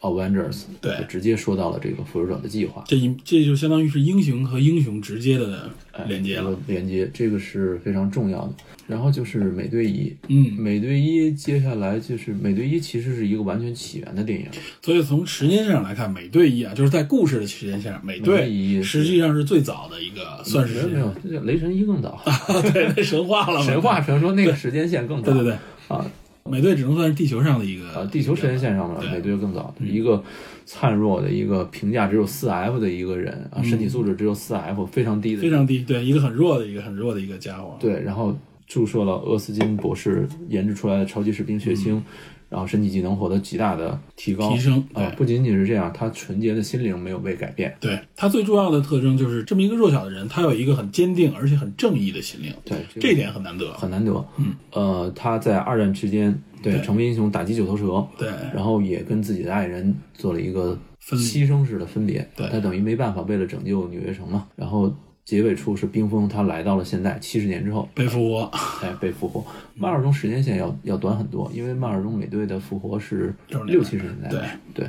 Speaker 2: Avengers，
Speaker 1: 嗯对
Speaker 2: 就直接说到了这个复仇者的计划
Speaker 1: 这一这就相当于是英雄和英雄直接的连接了。
Speaker 2: 哎连接这个是非常重要的。然后就是美队一，
Speaker 1: 嗯，
Speaker 2: 美队一接下来就是美队一其实是一个完全起源的电影，
Speaker 1: 所以从时间线上来看，美队一啊，就是在故事的时间线上，美
Speaker 2: 美队一
Speaker 1: 队
Speaker 2: 是
Speaker 1: 实际上是最早的一个，算是啊
Speaker 2: 没有没有，雷神一更早，
Speaker 1: 对，那神话了嘛，
Speaker 2: 神话传说那个时间线更早，
Speaker 1: 对对对，
Speaker 2: 啊，
Speaker 1: 美队只能算是地球上的一个
Speaker 2: 呃，地球时间线上面，
Speaker 1: 对嗯
Speaker 2: 美队更早，一个孱弱的一个评价只有四 F 的一个人啊，身体素质只有四 F，非常低的
Speaker 1: 嗯非常低，对，一个很弱的一个很弱的一个家伙。
Speaker 2: 对，然后注射了厄斯金博士研制出来的超级士兵血清，然后身体技能获得极大的提高
Speaker 1: 嗯提升
Speaker 2: 啊、
Speaker 1: 对
Speaker 2: 不仅仅是这样，他纯洁的心灵没有被改变。
Speaker 1: 对他最重要的特征就是这么一个弱小的人，他有一个很坚定而且很正义的心灵，
Speaker 2: 对，这
Speaker 1: 这一
Speaker 2: 个
Speaker 1: 点很难得。
Speaker 2: 很难得。嗯，呃，他在二战期间对
Speaker 1: 对
Speaker 2: 成为英雄，打击九头蛇，
Speaker 1: 对
Speaker 2: 然后也跟自己的爱人做了一个
Speaker 1: 分离
Speaker 2: 牺牲式的分别。
Speaker 1: 对
Speaker 2: 他等于没办法，为了拯救纽约城嘛。然后结尾处是冰封，他来到了现代，七十年之后，
Speaker 1: 被复活，
Speaker 2: 哎，被复
Speaker 1: 嗯
Speaker 2: 活。漫画中时间线要要短很多，因为漫画中美队的复活是
Speaker 1: 60年代
Speaker 2: 六七十年代，对对，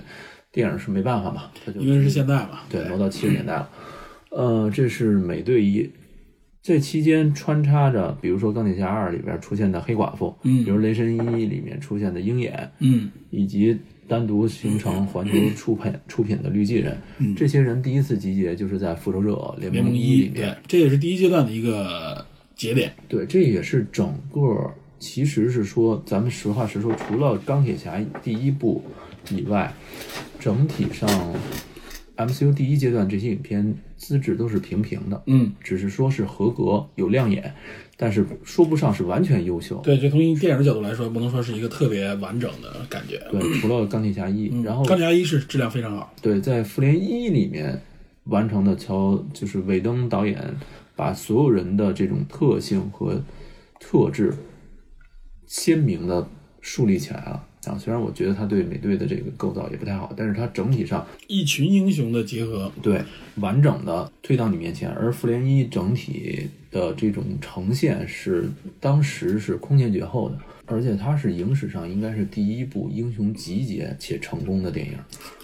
Speaker 2: 电影是没办法嘛，他就
Speaker 1: 因为是现代嘛。
Speaker 2: 对挪到七十年代了。
Speaker 1: 嗯
Speaker 2: 呃，这是美队一，这期间穿插着，比如说钢铁侠二里边出现的黑寡妇，
Speaker 1: 嗯
Speaker 2: 比如雷神一里面出现的鹰眼，
Speaker 1: 嗯
Speaker 2: 以及单独形成环球出品出品的绿巨人，这些人第一次集结就是在复仇者联
Speaker 1: 嗯联
Speaker 2: 盟
Speaker 1: 盟
Speaker 2: 一
Speaker 1: 一，
Speaker 2: 里面
Speaker 1: 对，，这也是第一阶段的一个节点。
Speaker 2: 对，这也是整个，其实是说，咱们实话实说，除了钢铁侠第一部以外，整体上 MCU 第一阶段这些影片资质都是平平的，
Speaker 1: 嗯，
Speaker 2: 只是说是合格有亮眼，但是说不上是完全优秀。
Speaker 1: 对，就从电影角度来说，不能说是一个特别完整的感觉。
Speaker 2: 对，除了钢铁侠一，嗯然后
Speaker 1: 嗯钢铁侠一是质量非常好，
Speaker 2: 对，在复联一里面完成的乔就是韦登导演把所有人的这种特性和特质鲜明的树立起来了。啊，虽然我觉得他对美队的这个构造也不太好，但是他整体上
Speaker 1: 一群英雄的结合，
Speaker 2: 对完整的推到你面前，而复联一整体的这种呈现是当时是空前绝后的，而且它是影史上应该是第一部英雄集结且成功的电影。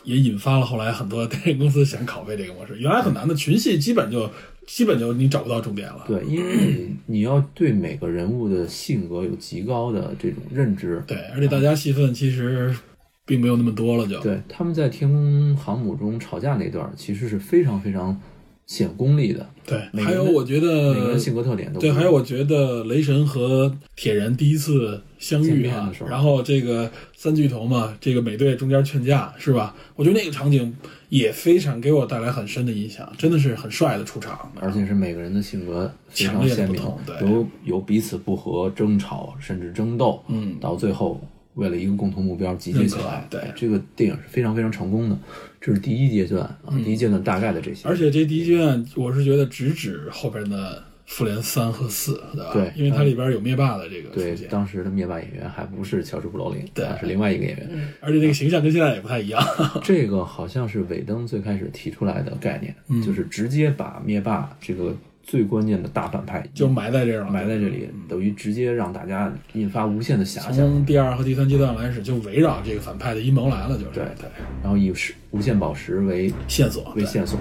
Speaker 1: 也引发了后来很多电影公司想拷贝这个模式。原来很难的群戏，基本就基本就你找不到重点了。
Speaker 2: 对，因为你你要对每个人物的性格有极高的这种认知。
Speaker 1: 对，而且大家戏份其实并没有那么多了就，
Speaker 2: 对，他们在天空航母中吵架那段，其实是非常非常显功力的，每
Speaker 1: 对，
Speaker 2: 个
Speaker 1: 还
Speaker 2: 人
Speaker 1: 有我觉得
Speaker 2: 每个人性格特点都不一
Speaker 1: 对，
Speaker 2: 样
Speaker 1: 还有我觉得雷神和铁人第一次相
Speaker 2: 见
Speaker 1: 遇
Speaker 2: 面
Speaker 1: 啊
Speaker 2: 的时，候
Speaker 1: 然后这个三巨头嘛，这个美队中间劝架是吧？我觉得那个场景也非常给我带来很深的印象，真的是很帅的出场。
Speaker 2: 而且是每个人的性格非
Speaker 1: 强
Speaker 2: 常
Speaker 1: 烈的
Speaker 2: 鲜
Speaker 1: 不
Speaker 2: 明
Speaker 1: 同，对
Speaker 2: 有有彼此不和、争吵，甚至争斗，嗯，到最后为了一个共同目标集结
Speaker 1: 认
Speaker 2: 起
Speaker 1: 可
Speaker 2: 来，
Speaker 1: 对
Speaker 2: 哎这个电影是非常非常成功的，这是第一阶段啊，第一阶段大概的这些，
Speaker 1: 嗯而且这第一卷，我是觉得直指后边的复联三和四，对吧？
Speaker 2: 对
Speaker 1: 因为它里边有灭霸的这个
Speaker 2: 对
Speaker 1: 出现，
Speaker 2: 当时的灭霸演员还不是乔治·布罗林，
Speaker 1: 对嗯
Speaker 2: 啊是另外一个演员，
Speaker 1: 而且那个形象跟现在也不太一样。
Speaker 2: 这个好像是尾灯最开始提出来的概念，
Speaker 1: 嗯
Speaker 2: 就是直接把灭霸这个最关键的大反派
Speaker 1: 就嗯埋在这儿了，
Speaker 2: 埋在这里，等于直接让大家引发无限的遐想，
Speaker 1: 从第二和第三阶段开始，就围绕这个反派的阴谋来了，就是
Speaker 2: 对
Speaker 1: 对
Speaker 2: 然后以是无限宝石为
Speaker 1: 线索
Speaker 2: 为
Speaker 1: 对
Speaker 2: 线索。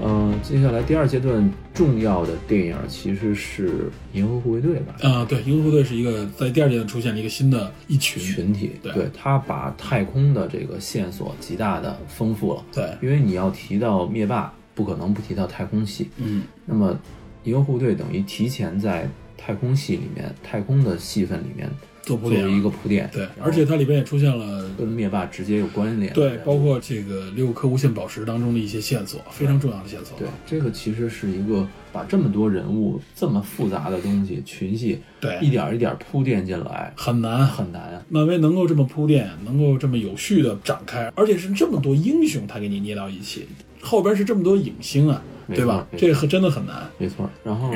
Speaker 2: 嗯、接下来第二阶段重要的电影其实是《银河护卫队》吧？
Speaker 1: 啊、对，银河护卫队是一个在第二阶段出现了一个新的一群，
Speaker 2: 群体，
Speaker 1: 对
Speaker 2: 他把太空的这个线索极大的丰富了。
Speaker 1: 对，
Speaker 2: 因为你要提到灭霸，不可能不提到太空系。
Speaker 1: 嗯，
Speaker 2: 那么银河护卫队等于提前在太空系里面、太空的戏份里面
Speaker 1: 做铺
Speaker 2: 做
Speaker 1: 垫
Speaker 2: 了一个铺垫，
Speaker 1: 对，
Speaker 2: 然后
Speaker 1: 而且它里边也出现了
Speaker 2: 跟灭霸直接有关联。
Speaker 1: 对，包括这个六颗无限宝石当中的一些线索，非常重要的线索。
Speaker 2: 对，这个其实是一个把这么多人物、这么复杂的东西群戏，
Speaker 1: 对
Speaker 2: 一点儿一点儿铺垫进来，
Speaker 1: 很难很。
Speaker 2: 很难啊。
Speaker 1: 漫威能够这么铺垫，能够这么有序的展开，而且是这么多英雄，他给你捏到一起，后边是这么多影星啊，
Speaker 2: 没
Speaker 1: 对吧？
Speaker 2: 错
Speaker 1: 这很真的很难。
Speaker 2: 没错，然 后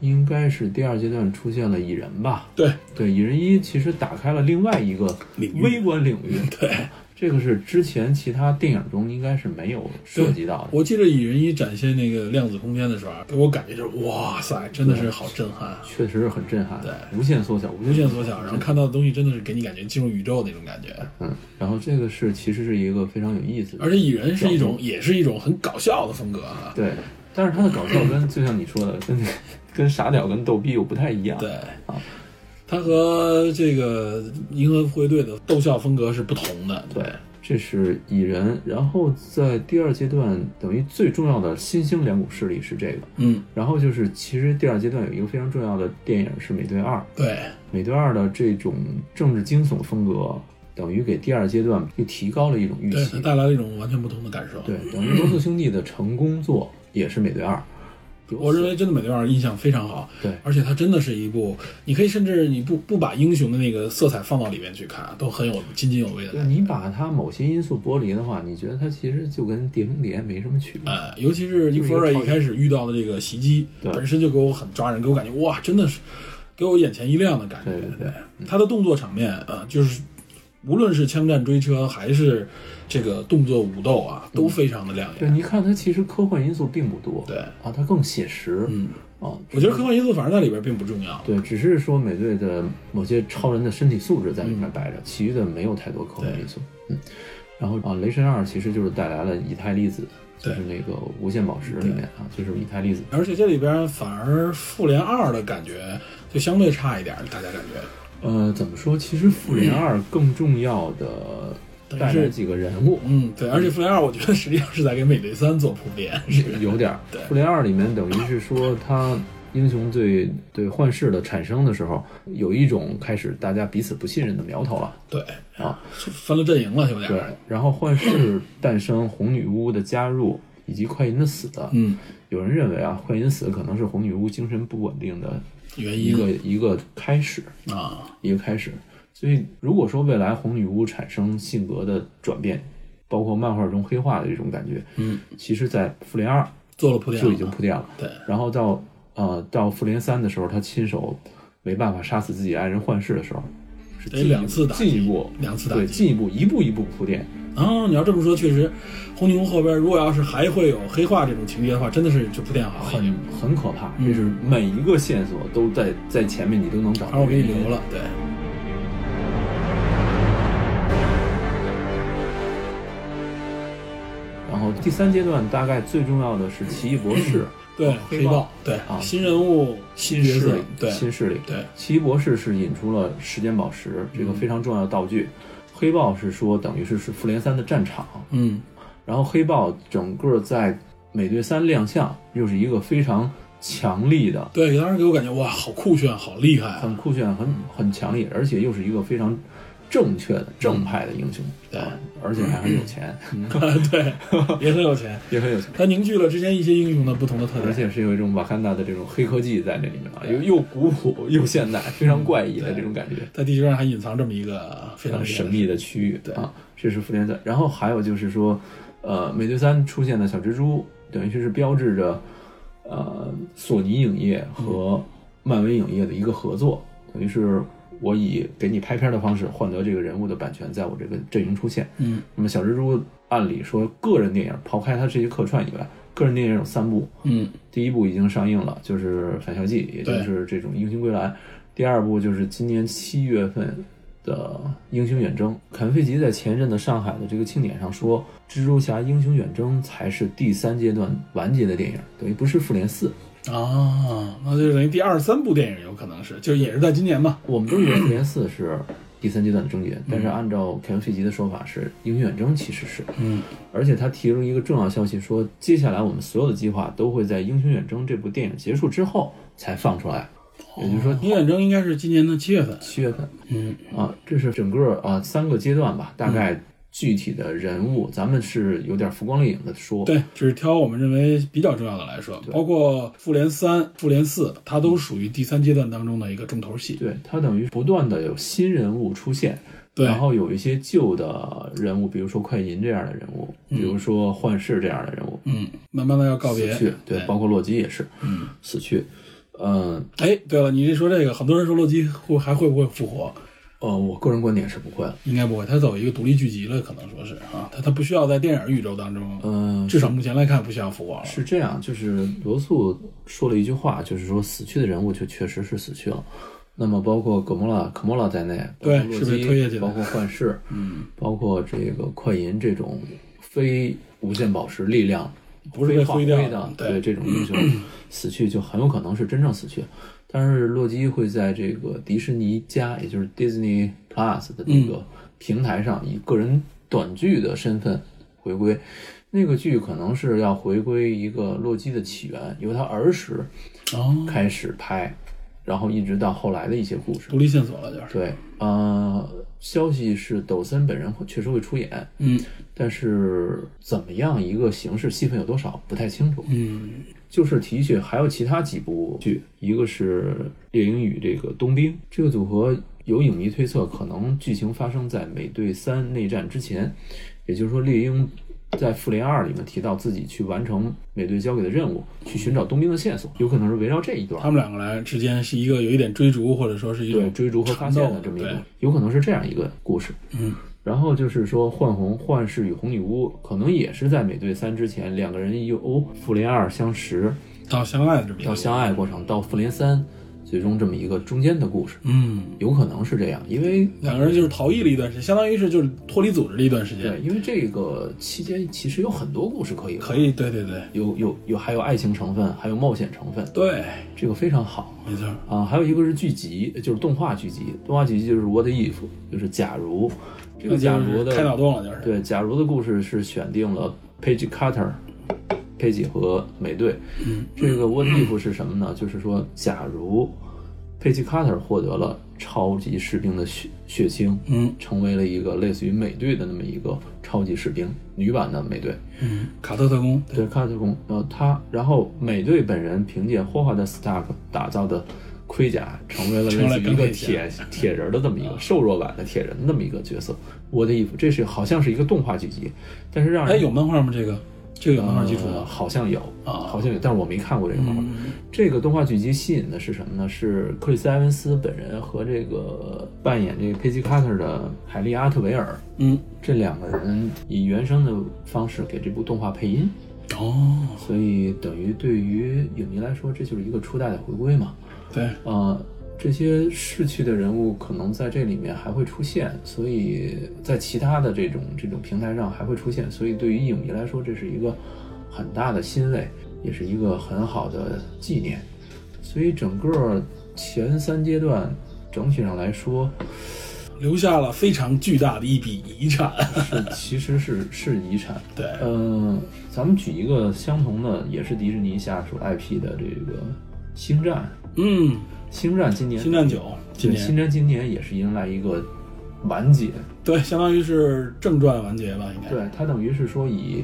Speaker 2: 应该是第二阶段出现了蚁人吧？
Speaker 1: 对，
Speaker 2: 对，蚁人一其实打开了另外一个
Speaker 1: 领域
Speaker 2: 微观领域，
Speaker 1: 对，
Speaker 2: 这个是之前其他电影中应该是没有涉及到的。
Speaker 1: 我记得蚁人一展现那个量子空间的时候啊，给我感觉就是哇塞，真的是好震撼啊！
Speaker 2: 确实是很震撼，
Speaker 1: 对
Speaker 2: 无限缩小，无
Speaker 1: 无限缩小，然后看到的东西真的是给你感觉进入宇宙那种感觉。
Speaker 2: 嗯，然后这个是其实是一个非常有意思的，
Speaker 1: 而且蚁人是一种，也是一种很搞笑的风格啊。
Speaker 2: 对，但是他的搞笑跟就像你说的，跟 跟傻屌跟逗逼又不太一样，
Speaker 1: 对
Speaker 2: 啊，
Speaker 1: 它和这个银河护卫队的逗笑风格是不同的。
Speaker 2: 对，这是蚁人，然后在第二阶段等于最重要的新兴两股势力是这个。
Speaker 1: 嗯，
Speaker 2: 然后就是，其实第二阶段有一个非常重要的电影是《美队二》，《
Speaker 1: 对，
Speaker 2: 美队二》的这种政治惊悚风格，等于给第二阶段又提高了一种预
Speaker 1: 对，它
Speaker 2: 期。
Speaker 1: 带来了一种完全不同的感受。
Speaker 2: 对，等于罗素兄弟的成功作也是《美队二》。由此
Speaker 1: 我认为真的美队二印象非常好，
Speaker 2: 对
Speaker 1: 而且它真的是一部，你可以甚至你不不把英雄的那个色彩放到里面去看，啊都很有津津有味的
Speaker 2: 对
Speaker 1: 感觉。
Speaker 2: 你把它某些因素剥离的话，你觉得它其实就跟《碟中谍》没什么区别。
Speaker 1: 呃，尤其是尼弗瑞一开始遇到的这个袭击，
Speaker 2: 对
Speaker 1: 本身就给我很抓人，给我感觉哇，真的是给我眼前一亮的感觉。
Speaker 2: 对对对嗯
Speaker 1: 他的动作场面啊、呃就是无论是枪战追车还是这个动作武斗啊，
Speaker 2: 嗯
Speaker 1: 都非常的亮眼。
Speaker 2: 对，你看它其实科幻因素并不多，
Speaker 1: 对
Speaker 2: 啊，它更写实，
Speaker 1: 嗯，
Speaker 2: 啊，
Speaker 1: 我觉得科幻因素反而在里边并不重要。
Speaker 2: 对，只是说美队的某些超人的身体素质在里
Speaker 1: 嗯
Speaker 2: 面摆着，其余的没有太多科幻因素。嗯，然后啊，雷神二其实就是带来了以太粒子，就
Speaker 1: 对
Speaker 2: 是那个无限宝石里面啊，就是以太粒子。
Speaker 1: 而且这里边反而复联二的感觉就相对差一点，大家感觉。
Speaker 2: 呃，怎么说？其实复联二更重要的
Speaker 1: 但
Speaker 2: 带来
Speaker 1: 是
Speaker 2: 几个人物，
Speaker 1: 嗯，对，而且复联二我觉得实际上是在给美队三做铺垫。
Speaker 2: 有点儿
Speaker 1: 对。
Speaker 2: 复联二里面等于是说他。英雄对对幻视的产生的时候，有一种开始大家彼此不信任的苗头了
Speaker 1: 对，
Speaker 2: 啊。
Speaker 1: 分了阵营了，有点。
Speaker 2: 对，然后幻视诞生、红女巫的加入以及快银的死，
Speaker 1: 嗯，
Speaker 2: 有人认为啊，快银死可能是红女巫精神不稳定的
Speaker 1: 原
Speaker 2: 一
Speaker 1: 因
Speaker 2: 个一个开始，
Speaker 1: 啊，
Speaker 2: 一个开始。所以，如果说未来红女巫产生性格的转变，包括漫画中黑化的这种感觉，
Speaker 1: 嗯，
Speaker 2: 其实，在复联二
Speaker 1: 做了铺垫了
Speaker 2: 就已经铺垫了。
Speaker 1: 对，
Speaker 2: 然后到呃到复联三的时候，他亲手没办法杀死自己爱人幻视的时候，是
Speaker 1: 得
Speaker 2: 进一步
Speaker 1: 哎两次打击
Speaker 2: 进一步
Speaker 1: 两次打
Speaker 2: 对
Speaker 1: 击
Speaker 2: 进一步一步一步铺垫。
Speaker 1: 啊，你要这么说，确实，红女巫后边如果要是还会有黑化这种情节的话，真的是就铺垫好了已
Speaker 2: 很
Speaker 1: 经，
Speaker 2: 很可怕，
Speaker 1: 嗯
Speaker 2: 就是每一个线索都在在前面，你都能找
Speaker 1: 而
Speaker 2: 到。
Speaker 1: 我给你留。了。对，
Speaker 2: 哦然后第三阶段大概最重要的是奇异博士，
Speaker 1: 对，
Speaker 2: 黑
Speaker 1: 黑
Speaker 2: 豹
Speaker 1: 豹，对，
Speaker 2: 啊
Speaker 1: 新人物、嗯新角
Speaker 2: 势
Speaker 1: 色
Speaker 2: 力，，
Speaker 1: 对，
Speaker 2: 新势力。
Speaker 1: 对，嗯
Speaker 2: 奇异博士是引出了时间宝石这个非常重要的道具，黑豹是说等于是是复联三的战场，
Speaker 1: 嗯，
Speaker 2: 然后黑豹整个在美队三亮相又是一个非常强力的，
Speaker 1: 对，当时给我感觉哇，好酷炫，好厉 害啊！
Speaker 2: 很酷炫，很很强力，而且又是一个非常正确的正派的英雄，
Speaker 1: 对
Speaker 2: 啊，而且还很有钱，
Speaker 1: 对，也很有钱，
Speaker 2: 也很有钱。
Speaker 1: 他凝聚了之前一些英雄的不同的特
Speaker 2: 而
Speaker 1: 点。
Speaker 2: 且是有一种瓦坎达的这种黑科技在这里面啊，又又古朴又现代，非常怪异的这种感觉，
Speaker 1: 在地球上还隐藏这么一个非常
Speaker 2: 很
Speaker 1: 厉害
Speaker 2: 神
Speaker 1: 的
Speaker 2: 秘的区域
Speaker 1: 对
Speaker 2: 啊，这是复联三。然后还有就是说，呃，美队三出现的小蜘蛛，等于是标志着呃索尼影业
Speaker 1: 嗯
Speaker 2: 和漫威影业的一个合作，等于是我以给你拍片的方式换得这个人物的版权，在我这个阵营出现。
Speaker 1: 嗯，
Speaker 2: 那么小蜘蛛按理说个人电影，抛开它这些客串以外，个人电影有三部，
Speaker 1: 嗯，
Speaker 2: 第一部已经上映了，就是《返校季》，也就是这种《英雄归来》。第二部就是今年七月份的《英雄远征》。肯费奇在前一阵的上海的这个庆典上说，《蜘蛛侠：英雄远征》才是第三阶段完结的电影，等于不是复联四。
Speaker 1: 啊，那就等于第二三部电影有可能是，就也是在今年吧。
Speaker 2: 我们都以为复联四是第三阶段的终结，但是按照肯费奇的说法是，《英雄远征》其实是。
Speaker 1: 嗯，
Speaker 2: 而且他提出一个重要消息说，接下来我们所有的计划都会在《英雄远征》这部电影结束之后才放出来，也就是说
Speaker 1: 《哦远征》应该是今年的七月份。
Speaker 2: 七月份。
Speaker 1: 嗯，
Speaker 2: 啊，这是整个啊三个阶段吧，大概具体的人物，咱们是有点浮光掠影的说。，
Speaker 1: 对，就是挑我们认为比较重要的来说，包括《复联三》《复联四》，它都属于第三阶段当中的一个重头戏。
Speaker 2: 对，它等于不断的有新人物出现，
Speaker 1: 对，
Speaker 2: 然后有一些旧的人物，比如说快银这样的人物，比如说幻视这样的人物，
Speaker 1: 嗯，慢慢的嗯要告别
Speaker 2: 死。去，对，包括洛基也是，嗯，死去，嗯
Speaker 1: 哎，对了，你一说这个，很多人说洛基会还会不会复活？
Speaker 2: 呃，我个人观点是不会了，
Speaker 1: 应该不会，他走一个独立剧集了，可能说是啊，他他不需要在电影宇宙当中，
Speaker 2: 嗯、
Speaker 1: 至少目前来看不需要复活了。嗯
Speaker 2: 是这样，就是罗素说了一句话，就是说死去的人物就确实是死去了。那么包括葛莫拉、科莫拉在内，
Speaker 1: 对
Speaker 2: 包括洛基
Speaker 1: 是被推下去的
Speaker 2: 包括幻视，嗯，包括这个快银这种非无限宝石力量
Speaker 1: 不是被
Speaker 2: 挥
Speaker 1: 挥掉
Speaker 2: 的
Speaker 1: 的，
Speaker 2: 对
Speaker 1: 对
Speaker 2: 这种英雄死去就很有可能是真正死去。但是洛基会在这个迪士尼加，也就是 Disney Plus 的这个平台上，以个人短剧的身份回归。那个剧可能是要回归一个洛基的起源，由他儿时
Speaker 1: 哦，
Speaker 2: 开始拍，然后一直到后来的一些故事。
Speaker 1: 独立线索了，就是。
Speaker 2: 对，呃，消息是抖森本人会确实会出演，
Speaker 1: 嗯
Speaker 2: 但是怎么样一个形式，戏份有多少不太清楚。
Speaker 1: 嗯
Speaker 2: 就是提取还有其他几部剧，一个是《猎鹰与这个冬兵》这个组合，有影迷推测可能剧情发生在美队三内战之前，也就是说，猎鹰在复联二里面提到自己去完成美队交给的任务，去寻找冬兵的线索，有可能是围绕这一段，
Speaker 1: 他们两个来之间是一个有一点追逐，或者说是一
Speaker 2: 对
Speaker 1: 种
Speaker 2: 追逐和发现的这么一个，有可能是这样一个故事。
Speaker 1: 嗯，
Speaker 2: 然后就是说，幻红、幻视与红女巫可能也是在美队三之前，两个人由复联二相识
Speaker 1: 到相爱的这么一
Speaker 2: 到
Speaker 1: 个，
Speaker 2: 相爱过程，到复联三最终这么一个中间的故事，
Speaker 1: 嗯，
Speaker 2: 有可能是这样，因为
Speaker 1: 两个人就是逃逸了一段时间，相当于是就是脱离组织了一段时间，
Speaker 2: 对，因为这个期间其实有很多故事可以玩
Speaker 1: 可以，对对对
Speaker 2: 有有有还有爱情成分，还有冒险成分，
Speaker 1: 对，
Speaker 2: 这个非常好
Speaker 1: 没错，
Speaker 2: 啊。还有一个是剧集，就是动画剧集，动画剧集就是 What If，就是假如这个假如
Speaker 1: 就是开
Speaker 2: 的
Speaker 1: 脑洞了就是，
Speaker 2: 对假如的故事是选定了 Page Carter。佩吉和美队，这个 What if 是什么呢？就是说，假如佩吉卡特获得了超级士兵的血血清，
Speaker 1: 嗯
Speaker 2: 成为了一个类似于美队的那么一个超级士兵，女版的美队，
Speaker 1: 嗯，卡特特工，对，
Speaker 2: 对，卡特工，然后他，然后美队本人凭借霍华德·斯塔克打造的盔甲，成为了
Speaker 1: 成
Speaker 2: 类
Speaker 1: 了
Speaker 2: 似于一
Speaker 1: 钢
Speaker 2: 个
Speaker 1: 铁侠
Speaker 2: 铁铁 人的这么一个瘦弱版的铁人的那么一个角色。我的衣服，这是好像是一个动画剧集，但是让
Speaker 1: 哎，
Speaker 2: 人
Speaker 1: 有漫画吗？这个这个有漫画
Speaker 2: 呃
Speaker 1: 基础吗？
Speaker 2: 好像有
Speaker 1: 啊嗯
Speaker 2: 好像有，但是我没看过这个漫画。这个动画剧集吸引的是什么呢？是克里斯·埃文斯本人和这个扮演这个佩吉·卡特的海利·阿特维尔
Speaker 1: 嗯，
Speaker 2: 这两个人以原声的方式给这部动画配音。
Speaker 1: 哦，
Speaker 2: 所以等于对于影迷来说，这就是一个初代的回归嘛。
Speaker 1: 对，
Speaker 2: 呃，这些逝去的人物可能在这里面还会出现，所以在其他的这种这种平台上还会出现，所以对于影迷来说，这是一个很大的欣慰，也是一个很好的纪念。所以整个前三阶段整体上来说，
Speaker 1: 留下了非常巨大的一笔遗产，
Speaker 2: 是其实是 是遗产，
Speaker 1: 对，
Speaker 2: 呃，咱们举一个相同的，也是迪士尼下属 IP 的这个《星战》。
Speaker 1: 嗯，
Speaker 2: 《星战》今年，
Speaker 1: 星战九今
Speaker 2: 对《星
Speaker 1: 年
Speaker 2: 战》今年也是迎来一个完结。
Speaker 1: 对，相当于是正传完结吧，应该。
Speaker 2: 对，它等于是说以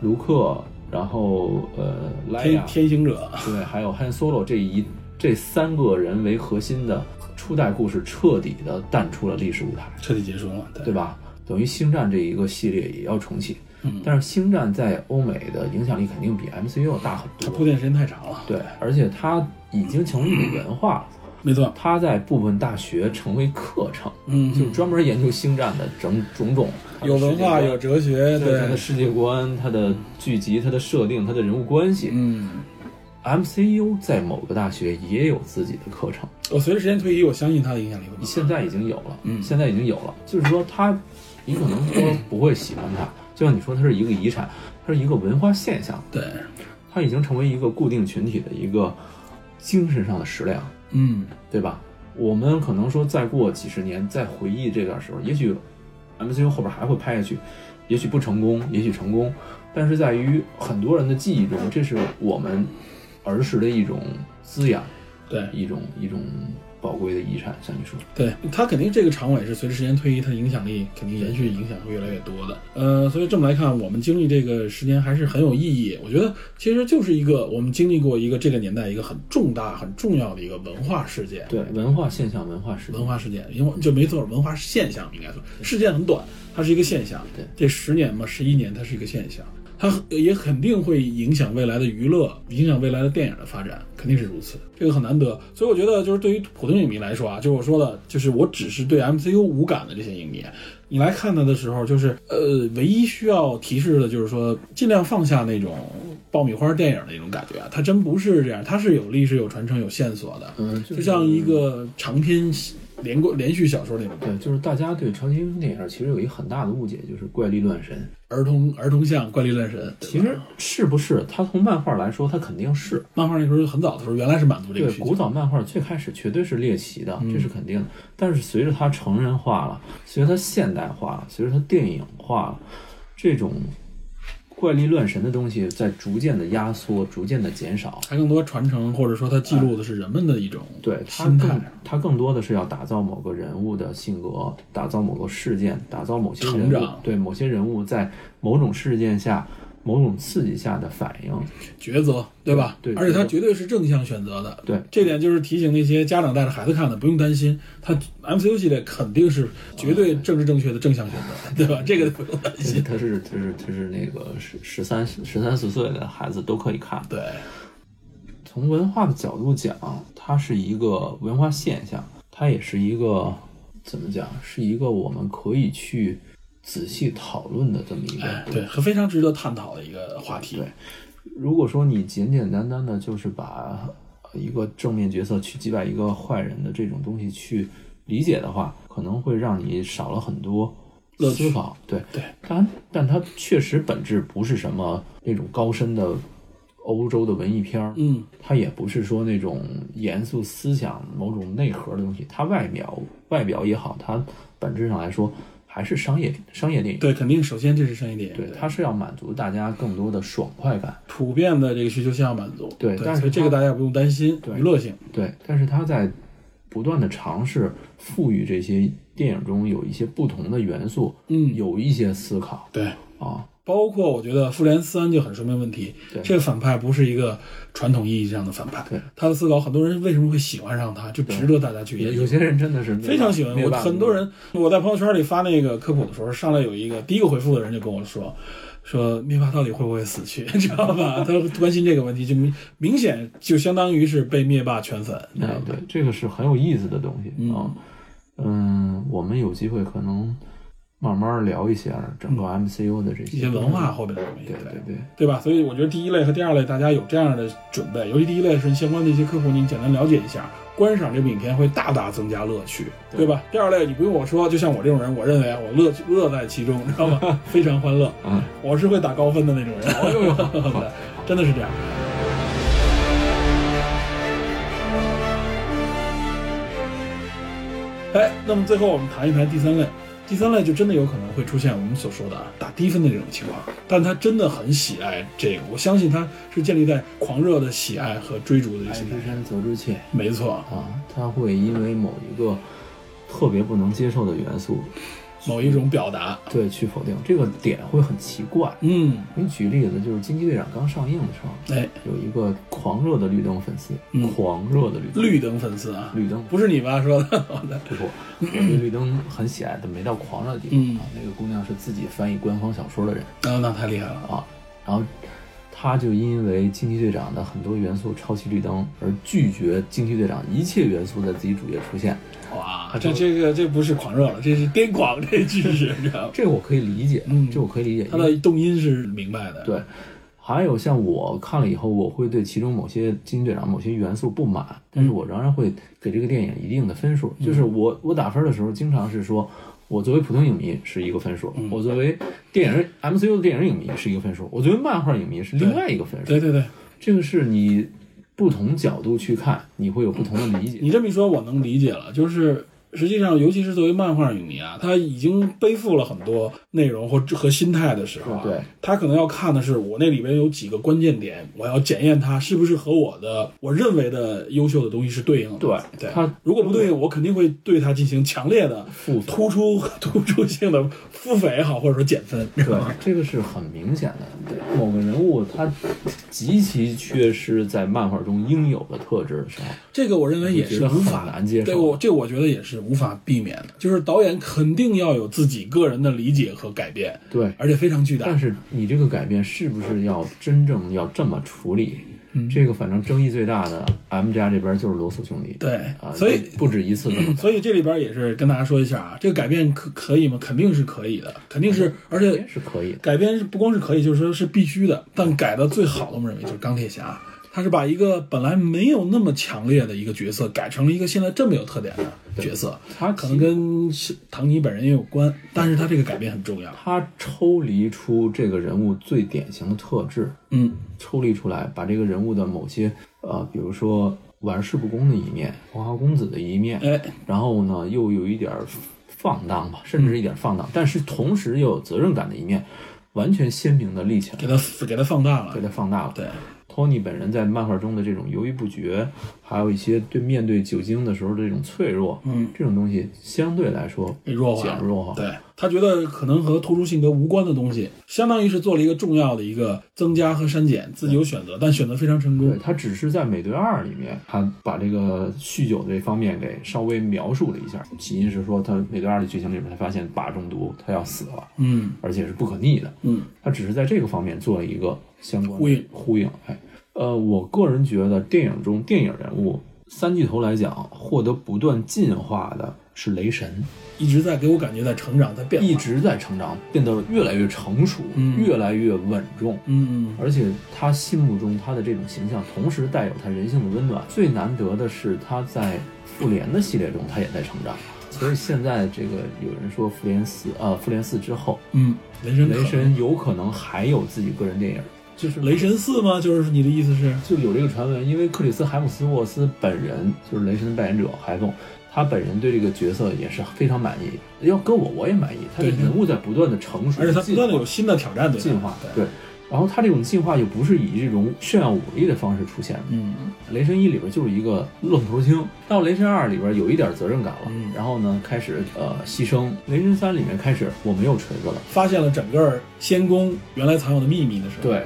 Speaker 2: 卢克，然后呃，莱
Speaker 1: 天
Speaker 2: 娅，
Speaker 1: 天行者，
Speaker 2: 对，还有汉 Solo 这一这三个人为核心的初代故事，彻底的淡出了历史舞台，
Speaker 1: 彻底结束了，对
Speaker 2: 对吧？等于《星战》这一个系列也要重启。
Speaker 1: 嗯，
Speaker 2: 但是《星战》在欧美的影响力肯定比 MCU 要大很
Speaker 1: 它
Speaker 2: 多，
Speaker 1: 铺垫时间太长了，
Speaker 2: 对，而且它已经成为一种文化了。
Speaker 1: 没错，
Speaker 2: 它在部分大学成为课程，
Speaker 1: 嗯
Speaker 2: 就是专门研究星战的整种种，
Speaker 1: 有文化，有哲学，
Speaker 2: 对它的
Speaker 1: 对，
Speaker 2: 世界观、它的剧集、它的设定、它的人物关系。
Speaker 1: 嗯，
Speaker 2: MCU 在某个大学也有自己的课程，
Speaker 1: 我随着时间推移，我相信它的影响力会更大
Speaker 2: 现在已经有了，
Speaker 1: 嗯
Speaker 2: 现在已经有了。就是说它，你可能说不会喜欢它，就像你说，它是一个遗产，它是一个文化现象，
Speaker 1: 对，
Speaker 2: 它已经成为一个固定群体的一个精神上的食粮。
Speaker 1: 嗯，
Speaker 2: 对吧？我们可能说再过几十年再回忆这段时候，也许 MCU 后边还会拍下去，也许不成功，也许成功，但是在于很多人的记忆中，这是我们儿时的一种滋养，
Speaker 1: 对
Speaker 2: 一种一种宝贵的遗产。像你说，
Speaker 1: 对，它肯定这个长尾是随着时间推移，它的影响力肯定延续影响会越来越多的。呃，所以这么来看，我们经历这个时间还是很有意义。我觉得其实就是一个我们经历过一个这个年代一个很重大、很重要的一个文化事件。
Speaker 2: 对文化现象、文化事
Speaker 1: 文
Speaker 2: 件，
Speaker 1: 化事件，因为就没错，文化现象应该说，事件很短，它是一个现象。
Speaker 2: 对
Speaker 1: 这十年嘛，十一年，它是一个现象，它也肯定会影响未来的娱乐，影响未来的电影的发展，肯定是如此。这个很难得，所以我觉得就是对于普通影迷来说啊，就是我说的，就是我只是对 MCU 无感的这些影迷，你来看它的时候，就是呃，唯一需要提示的就是说，尽量放下那种爆米花电影的那种感觉啊，它真不是这样，它是有历史、有传承、有线索的。
Speaker 2: 嗯，
Speaker 1: 就像一个长篇连过连续小说那种
Speaker 2: 对，就是大家对超级英雄电影其实有一个很大的误解，就是怪力乱神。
Speaker 1: 儿童儿童像《怪力乱神》对吧，
Speaker 2: 其实是不是？它从漫画来说，它肯定是，
Speaker 1: 漫画那时候很早的时候，原来是满足这个
Speaker 2: 对，
Speaker 1: 需
Speaker 2: 古
Speaker 1: 求。
Speaker 2: 早漫画最开始绝对是猎奇
Speaker 1: 嗯
Speaker 2: 的，这是肯定的。但是随着它成人化了，随着它现代化了，随着它电影化了，这种怪力乱神的东西在逐渐的压缩，逐渐的减少。
Speaker 1: 它更多传承，或者说它记录的是人们的一种
Speaker 2: 对它
Speaker 1: 心态
Speaker 2: 更，它更多的是要打造某个人物的性格，打造某个事件，打造某些人
Speaker 1: 成
Speaker 2: 物
Speaker 1: 长，
Speaker 2: 对某些人物在某种事件下、某种刺激下的反应。
Speaker 1: 抉择，对吧？
Speaker 2: 对
Speaker 1: 而且它
Speaker 2: 抉择
Speaker 1: 绝对是正向选择的。
Speaker 2: 对，
Speaker 1: 这点就是提醒那些家长带着孩子看的，不用担心，它 MCU 系列肯定是绝
Speaker 2: 哎
Speaker 1: 对政治正确的正向选择，对吧？这个不用担心。
Speaker 2: 他是，他是，他是那个十十三、十三四岁的孩子都可以看。
Speaker 1: 对，
Speaker 2: 从文化的角度讲，它是一个文化现象，它也是一个怎么讲，是一个我们可以去仔细讨论的这么一个。
Speaker 1: 哎，对，很非常值得探讨的一个话题。
Speaker 2: 对如果说你简简单单的就是把一个正面角色去击败一个坏人的这种东西去理解的话，可能会让你少了很多
Speaker 1: 乐趣
Speaker 2: 思考。对
Speaker 1: 对，
Speaker 2: 但但它确实本质不是什么那种高深的欧洲的文艺片儿，
Speaker 1: 嗯，
Speaker 2: 它也不是说那种严肃思想某种内核的东西，它外表外表也好，它本质上来说还是商业商业电影。
Speaker 1: 对，肯定首先这是商业电影，
Speaker 2: 对，它是要满足大家更多的爽快感。
Speaker 1: 普遍的这个需求向要满足。
Speaker 2: 对但是
Speaker 1: 所以这个
Speaker 2: 它
Speaker 1: 大家不用担心，
Speaker 2: 对
Speaker 1: 娱乐性。
Speaker 2: 对，但是他在不断的尝试赋予这些电影中有一些不同的元素，
Speaker 1: 嗯
Speaker 2: 有一些思考
Speaker 1: 对，
Speaker 2: 啊，
Speaker 1: 包括我觉得《复联三》就很说明问题
Speaker 2: 对，
Speaker 1: 这个反派不是一个传统意义上的反派
Speaker 2: 对，
Speaker 1: 他的思考，很多人为什么会喜欢上他，就值得大家去
Speaker 2: 有
Speaker 1: 研
Speaker 2: 有
Speaker 1: 究。
Speaker 2: 些人真的是没
Speaker 1: 非常喜欢
Speaker 2: 没有
Speaker 1: 我，
Speaker 2: 办法
Speaker 1: 很多人我在朋友圈里发那个科普的时候，上来有一个第一个回复的人就跟我说，说灭霸到底会不会死去， 知道吧？他关心这个问题，就明明显就相当于是被灭霸圈粉，你知
Speaker 2: 对
Speaker 1: 道吧
Speaker 2: 哎
Speaker 1: 嗯
Speaker 2: 对，这个是很有意思的东西啊。嗯，我们有机会可能慢慢聊一下整个 MCU 的这些
Speaker 1: 嗯
Speaker 2: 嗯
Speaker 1: 一些文化后边的东西，
Speaker 2: 对对对，
Speaker 1: 对吧？所以我觉得第一类和第二类大家有这样的准备，尤其第一类是相关的一些科普，你简单了解一下，观赏这部影片会大大增加乐趣，对吧？第二类你不用我说，就像我这种人，我认为我乐乐在其中，知道吗？非常欢乐，
Speaker 2: 嗯，
Speaker 1: 我是会打高分的那种人，
Speaker 2: 哎呦呦
Speaker 1: 对真的是这样。哎，那么最后我们谈一谈第三类，第三类就真的有可能会出现我们所说的啊打低分的这种情况，但他真的很喜爱这个，我相信他是建立在狂热的喜爱和追逐的这个
Speaker 2: 爱
Speaker 1: 心态
Speaker 2: 之
Speaker 1: 上。
Speaker 2: 深责之切
Speaker 1: 没错，
Speaker 2: 啊，他会因为某一个特别不能接受的元素，
Speaker 1: 某一种表达，
Speaker 2: 对去否定这个点会很奇怪。
Speaker 1: 嗯，
Speaker 2: 给你举例子，就是《惊奇队长》刚上映的时候，
Speaker 1: 哎，
Speaker 2: 有一个狂热的绿灯粉丝，
Speaker 1: 嗯
Speaker 2: 狂热的绿灯
Speaker 1: 绿灯粉丝啊，
Speaker 2: 绿灯
Speaker 1: 不是你吧？说的，好的，
Speaker 2: 不是我，我对绿灯很喜爱，但没到狂热的地步、
Speaker 1: 嗯
Speaker 2: 啊。那个姑娘是自己翻译官方小说的人
Speaker 1: 啊，那太厉害了，
Speaker 2: 啊，然后她就因为惊奇队长的很多元素抄袭绿灯，而拒绝惊奇队长一切元素在自己主页出现。
Speaker 1: 哇，这这个这不是狂热了，这是癫狂，这句是，你知道吗？
Speaker 2: 这个我可以理解，
Speaker 1: 嗯
Speaker 2: 这我可以理解。
Speaker 1: 他
Speaker 2: 因为
Speaker 1: 的动因是明白的，
Speaker 2: 对，还有像我看了以后，我会对其中某些惊奇队长某些元素不满，但是嗯我仍然会给这个电影一定的分数。就是我我打分的时候，经常是说。我作为普通影迷是一个分数，我作为电影 MCU 的电影影迷是一个分数，我作为漫画影迷是另外一个分数。
Speaker 1: 对对对，
Speaker 2: 这个是你不同角度去看，你会有不同的理解。
Speaker 1: 你这么一说，我能理解了。就是实际上，尤其是作为漫画影迷啊，他已经背负了很多内容或和心态的时候、啊，
Speaker 2: 是对，
Speaker 1: 他可能要看的是我那里边有几个关键点，我要检验它是不是和我的我认为的优秀的东西是对应的。
Speaker 2: 对
Speaker 1: 对，
Speaker 2: 他
Speaker 1: 如果不对应，我肯定会对它进行强烈的
Speaker 2: 付费
Speaker 1: 突出突出性的付费也好，或者说减分，是
Speaker 2: 对
Speaker 1: 吧？，
Speaker 2: 这个是很明显的。对某个人物他极其缺失在漫画中应有的特质的时候，
Speaker 1: 这个我认为也是无
Speaker 2: 我觉得
Speaker 1: 法
Speaker 2: 很难接受
Speaker 1: 对我这我觉得也是无法避免的，就是导演肯定要有自己个人的理解和改变，
Speaker 2: 对，
Speaker 1: 而且非常巨大
Speaker 2: 但。是你这个改变是不是要真正要这么处理？
Speaker 1: 嗯
Speaker 2: 这个反正争议最大的 M 家这边就是罗素兄弟，
Speaker 1: 对
Speaker 2: 啊，
Speaker 1: 所以
Speaker 2: 就不止一 次这么改
Speaker 1: 所以这里边也是跟大家说一下啊，这个改变可可以吗？肯定是可以的，肯定
Speaker 2: 啊
Speaker 1: 是，而且
Speaker 2: 变是可以的。
Speaker 1: 改编是不光是可以，就是说是必须的。但改的最好的，我们认为就是钢铁侠，他是把一个本来没有那么强烈的一个角色，改成了一个现在这么有特点的角色。
Speaker 2: 他
Speaker 1: 可能跟是唐尼本人也有关，但是他这个改变很重要。
Speaker 2: 他抽离出这个人物最典型的特质，
Speaker 1: 嗯，
Speaker 2: 抽离出来，把这个人物的某些呃，比如说玩世不恭的一面、黄花公子的一面，
Speaker 1: 哎，
Speaker 2: 然后呢又有一点儿放荡吧，甚至一点儿放荡，但是同时又有责任感的一面，完全鲜明的立起来
Speaker 1: 给，他给他放大
Speaker 2: 被他
Speaker 1: 了。
Speaker 2: 放大了。
Speaker 1: 对，
Speaker 2: 托尼本人在漫画中的这种犹豫不决，还有一些对面对酒精的时候的这种脆弱，
Speaker 1: 嗯，
Speaker 2: 这种东西相对来说
Speaker 1: 被弱化
Speaker 2: 减
Speaker 1: 了，
Speaker 2: 弱化，
Speaker 1: 对他觉得可能和突出性格无关的东西，相当于是做了一个重要的一个增加和删减，自己有选择，但选择非常成
Speaker 2: 对
Speaker 1: 功。
Speaker 2: 他只是在《美队二》里面，他把这个酗酒这方面给稍微描述了一下，起因是说他《美队二》的剧情里面，他发现靶中毒，他要死了，
Speaker 1: 嗯
Speaker 2: 而且是不可逆的。
Speaker 1: 嗯，
Speaker 2: 他只是在这个方面做了一个相关的
Speaker 1: 呼应
Speaker 2: 呼应。哎，呃，我个人觉得电影中电影人物三巨头来讲，获得不断进化的是雷神，
Speaker 1: 一直在给我感觉在成长，在变化，
Speaker 2: 一直在成长，变得越来越成熟，
Speaker 1: 嗯
Speaker 2: 越来越稳重。
Speaker 1: 嗯，
Speaker 2: 而且他心目中他的这种形象，同时带有他人性的温暖。最难得的是，他在复联的系列中，他也在成长。所以现在这个有人说复联四，呃，复联四之后，
Speaker 1: 嗯，雷神可
Speaker 2: 雷神有可能还有自己个人电影，
Speaker 1: 就是雷神四吗？就是你的意思是？
Speaker 2: 就有这个传闻，因为克里斯海姆斯沃斯本人就是雷神的扮演者海总，他本人对这个角色也是非常满意。要搁我，我也满意。他的
Speaker 1: 对
Speaker 2: 人物在不断的成熟，
Speaker 1: 而且他不断的
Speaker 2: 进化
Speaker 1: 有新的挑战，对吧
Speaker 2: 进化，
Speaker 1: 对，
Speaker 2: 对。然后他这种进化又不是以这种炫耀武力的方式出现的，
Speaker 1: 嗯
Speaker 2: 雷神一里边就是一个愣头青，到雷神二里边有一点责任感了，
Speaker 1: 嗯
Speaker 2: 然后呢开始呃牺牲，雷神三里面开始我没有锤子了，
Speaker 1: 发现了整个仙宫原来藏有的秘密的时候，
Speaker 2: 对，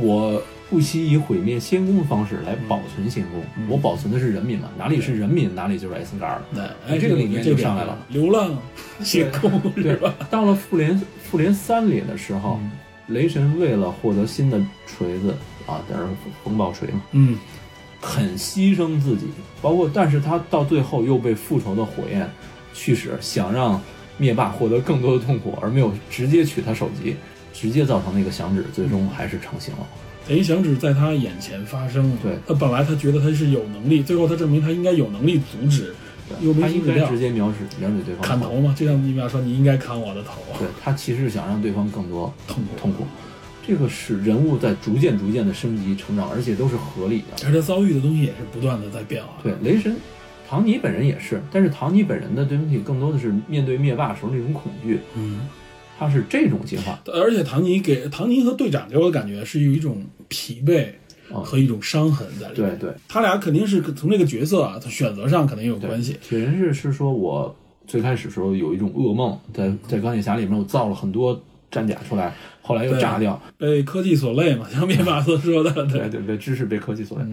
Speaker 2: 我不惜以毁灭仙宫的方式
Speaker 1: 嗯
Speaker 2: 来保存仙宫，我保存的是人民嘛，哪里是人民，哪里就是 S 嘎 了。
Speaker 1: 对，哎，
Speaker 2: 这个理念
Speaker 1: 这
Speaker 2: 就
Speaker 1: 个
Speaker 2: 上来了，
Speaker 1: 流浪星空是
Speaker 2: 对哦
Speaker 1: 吧？，嗯
Speaker 2: 到了复联复联三里的时候，雷神为了获得新的锤子啊，在那儿风暴锤嘛，
Speaker 1: 嗯，
Speaker 2: 很牺牲自己，包括，但是他到最后又被复仇的火焰驱使，想让灭霸获得更多的痛苦，而没有直接取他手机，直接造成那个响指，最终还是成型了。
Speaker 1: 等于响指在他眼前发生了。
Speaker 2: 对
Speaker 1: 他本来他觉得他是有能力，最后他证明他应该有能力阻止，又
Speaker 2: 他
Speaker 1: 没阻
Speaker 2: 应
Speaker 1: 止
Speaker 2: 该
Speaker 1: 掉
Speaker 2: 直，接秒指秒指对方
Speaker 1: 砍
Speaker 2: 的
Speaker 1: 头嘛，就像你比方说你应该砍我的头，啊
Speaker 2: 对他其实是想让对方更多
Speaker 1: 痛苦
Speaker 2: 痛苦。这个是人物在逐渐逐渐的升级成长，而且都是合理的。
Speaker 1: 而他遭遇的东西也是不断的在变化。
Speaker 2: 对，雷神，唐尼本人也是，但是唐尼本人的东西更多的是面对灭霸时候那种恐惧，
Speaker 1: 嗯，
Speaker 2: 他是这种进化。
Speaker 1: 而且唐尼给唐尼和队长给我的感觉是有一种疲惫
Speaker 2: 嗯
Speaker 1: 和一种伤痕在里面。
Speaker 2: 对对，
Speaker 1: 他俩肯定是从这个角色啊，从选择上可能也有关系。
Speaker 2: 铁人是是说我最开始时候有一种噩梦，在在钢铁侠里面我造了很多战甲出来，后来又
Speaker 1: 对
Speaker 2: 炸掉，
Speaker 1: 被科技所累嘛，像灭霸所说的，
Speaker 2: 对
Speaker 1: 对，
Speaker 2: 对对，知识被科技所累。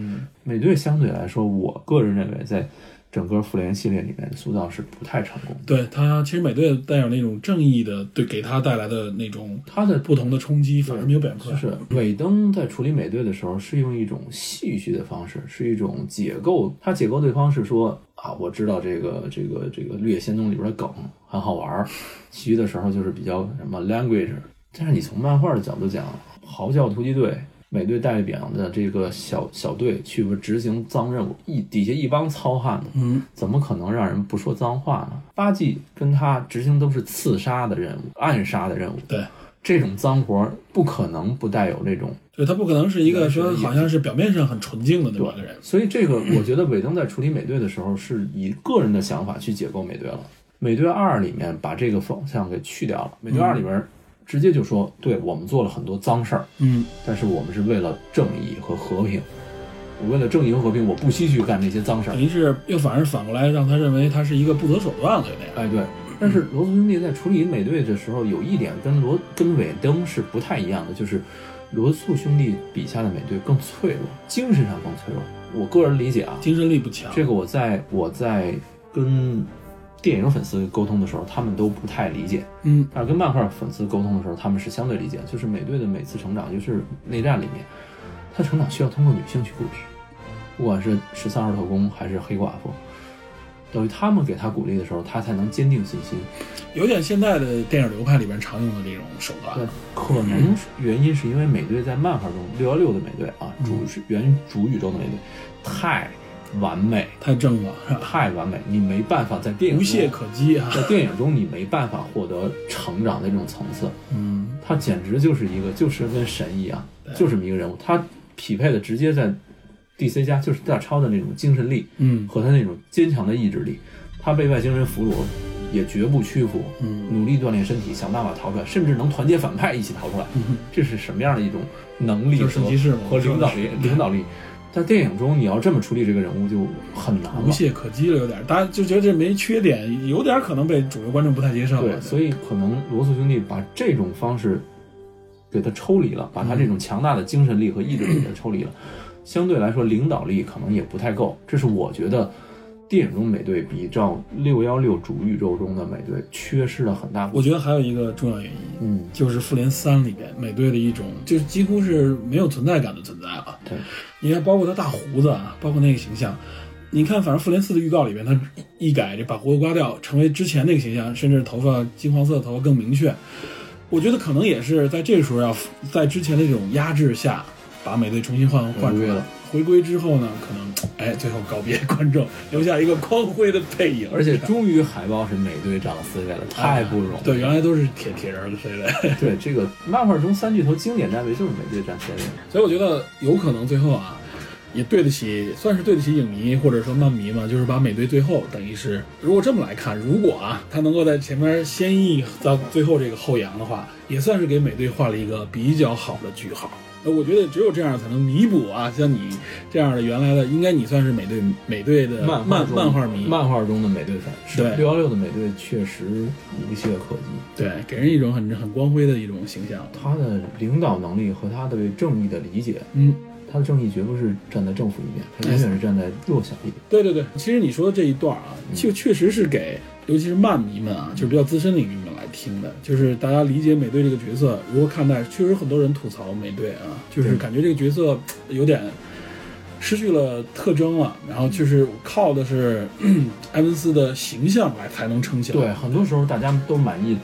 Speaker 2: 美队相对来说，我个人认为在整个复联系列里面塑造是不太成功的。
Speaker 1: 对他其实美队带有那种正义的，对给他带来的那种
Speaker 2: 他的
Speaker 1: 不同的冲击，反而没有表现出
Speaker 2: 就
Speaker 1: 来。
Speaker 2: 是尾灯在处理美队的时候，是用一种戏谑的方式，是一种解构。他解构对方是说啊，我知道这个这个这个《绿野仙踪》里边的梗很好玩儿，其余的时候就是比较什么 language。但是你从漫画的角度讲，《嚎叫突击队》美队代表的这个小小队去执行脏任务，一底下一帮糙汉子，
Speaker 1: 嗯，
Speaker 2: 怎么可能让人不说脏话呢？八戒跟他执行都是刺杀的任务、暗杀的任务，
Speaker 1: 对，
Speaker 2: 这种脏活儿不可能不带有那种
Speaker 1: 对他不可能是一个
Speaker 2: 对是
Speaker 1: 说
Speaker 2: 一个
Speaker 1: 好像是表面上很纯净的那么一个人。
Speaker 2: 所以这个我觉得尾灯在处理美队的时候，是以个人的想法去解构美队了。美队二里面把这个方向给去掉了，美队二里边直接就说，对我们做了很多脏事儿，
Speaker 1: 嗯，
Speaker 2: 但是我们是为了正义和和平。我为了正义和和平，我不惜去干那些脏事儿
Speaker 1: 等。于是又反而反过来让他认为他是一个不择手段的那样。
Speaker 2: 哎，对。但是罗素兄弟在处理美队的时候，有一点跟罗跟尾灯是不太一样的，就是罗素兄弟笔下的美队更脆弱，精神上更脆弱。我个人理解啊，
Speaker 1: 精神力不强。
Speaker 2: 这个我在我在跟电影粉丝沟通的时候，他们都不太理解；
Speaker 1: 嗯
Speaker 2: 啊但是跟漫画粉丝沟通的时候，他们是相对理解。就是美队的每次成长，就是内战里面，他成长需要通过女性去鼓励，不管是十三号特工还是黑寡妇，等于他们给他鼓励的时候，他才能坚定信心。
Speaker 1: 有点现在的电影流派里边常用的这种手段。
Speaker 2: 但可能
Speaker 1: 嗯
Speaker 2: 原因是因为美队在漫画中六幺六的美队啊，主
Speaker 1: 嗯
Speaker 2: 是原主宇宙的美队太完美，
Speaker 1: 太正了，是吧？
Speaker 2: 太完美，你没办法在电影
Speaker 1: 无
Speaker 2: 中
Speaker 1: 懈可击啊。
Speaker 2: 在电影中你没办法获得成长的这种层次，
Speaker 1: 嗯，
Speaker 2: 他简直就是一个就是跟神一样，就这么一个人物，他匹配的直接在 DC 家就是大超的那种精神力，
Speaker 1: 嗯
Speaker 2: 和他那种坚强的意志力，他被外星人俘虏也绝不屈服，
Speaker 1: 嗯
Speaker 2: 努力锻炼身体，想办法逃出来，甚至能团结反派一起逃出来，这是什么样的一种能力
Speaker 1: 就是
Speaker 2: 和
Speaker 1: 圣骑士嘛
Speaker 2: 和领导力
Speaker 1: 就是
Speaker 2: 领导力？在电影中你要这么处理这个人物就很难
Speaker 1: 无
Speaker 2: 了。
Speaker 1: 懈可击了，有点，大家就觉得这没缺点，有点可能被主流观众不太接受。啊
Speaker 2: 对，所以可能罗素兄弟把这种方式给他抽离了，把他这种强大的精神力和意志力给他抽离了，相对来说领导力可能也不太够。这是我觉得电影中美队比照六幺六主宇宙中的美队缺失了很大部
Speaker 1: 我
Speaker 2: 分。
Speaker 1: 觉得还有一个重要原因，
Speaker 2: 嗯，
Speaker 1: 就是《复联三》里边美队的一种，就是几乎是没有存在感的存在了。
Speaker 2: 对，
Speaker 1: 你看，包括他大胡子啊，包括那个形象，你看，反正《复联四》的预告里边，他一改这把胡子刮掉，成为之前那个形象，甚至头发金黄色的头发更明确。我觉得可能也是在这时候要在之前的这种压制下，把美队重新换换出
Speaker 2: 回
Speaker 1: 来
Speaker 2: 归了。
Speaker 1: 回归之后呢，可能哎，最后告别观众，留下一个光辉的背影。
Speaker 2: 而且终于海报是美队长飞位了，太不容易了。
Speaker 1: 对，原来都是铁铁人儿的飞位。
Speaker 2: 对这个漫画中三巨头经典站位就是美队站飞位。
Speaker 1: 所以我觉得有可能最后啊，也对得起，算是对得起影迷或者说漫迷嘛，就是把美队最后等于是，如果这么来看，如果啊他能够在前面先抑到最后这个后扬的话，也算是给美队画了一个比较好的句号。那我觉得只有这样才能弥补啊，像你这样的原来的，应该你算是美队美队的漫
Speaker 2: 漫
Speaker 1: 漫画迷，
Speaker 2: 漫画中的美队粉是
Speaker 1: 对
Speaker 2: 六幺六的美队确实无懈可击，
Speaker 1: 对，给人一种很很光辉的一种形象。
Speaker 2: 他的领导能力和他对正义的理解，
Speaker 1: 嗯，
Speaker 2: 他的正义绝不是站在政府一面，他永远是站在弱小一边。
Speaker 1: 对对对，其实你说的这一段啊，
Speaker 2: 嗯
Speaker 1: 就确实是给，尤其是漫迷们啊，就是比较资深的影迷们来听的，就是大家理解美队这个角色，如何看待，确实很多人吐槽美队啊，就是
Speaker 2: 对
Speaker 1: 感觉这个角色呃有点失去了特征了，然后就是
Speaker 2: 嗯
Speaker 1: 靠的是 咳埃文斯的形象来才能撑起来，
Speaker 2: 对，很多时候大家都满意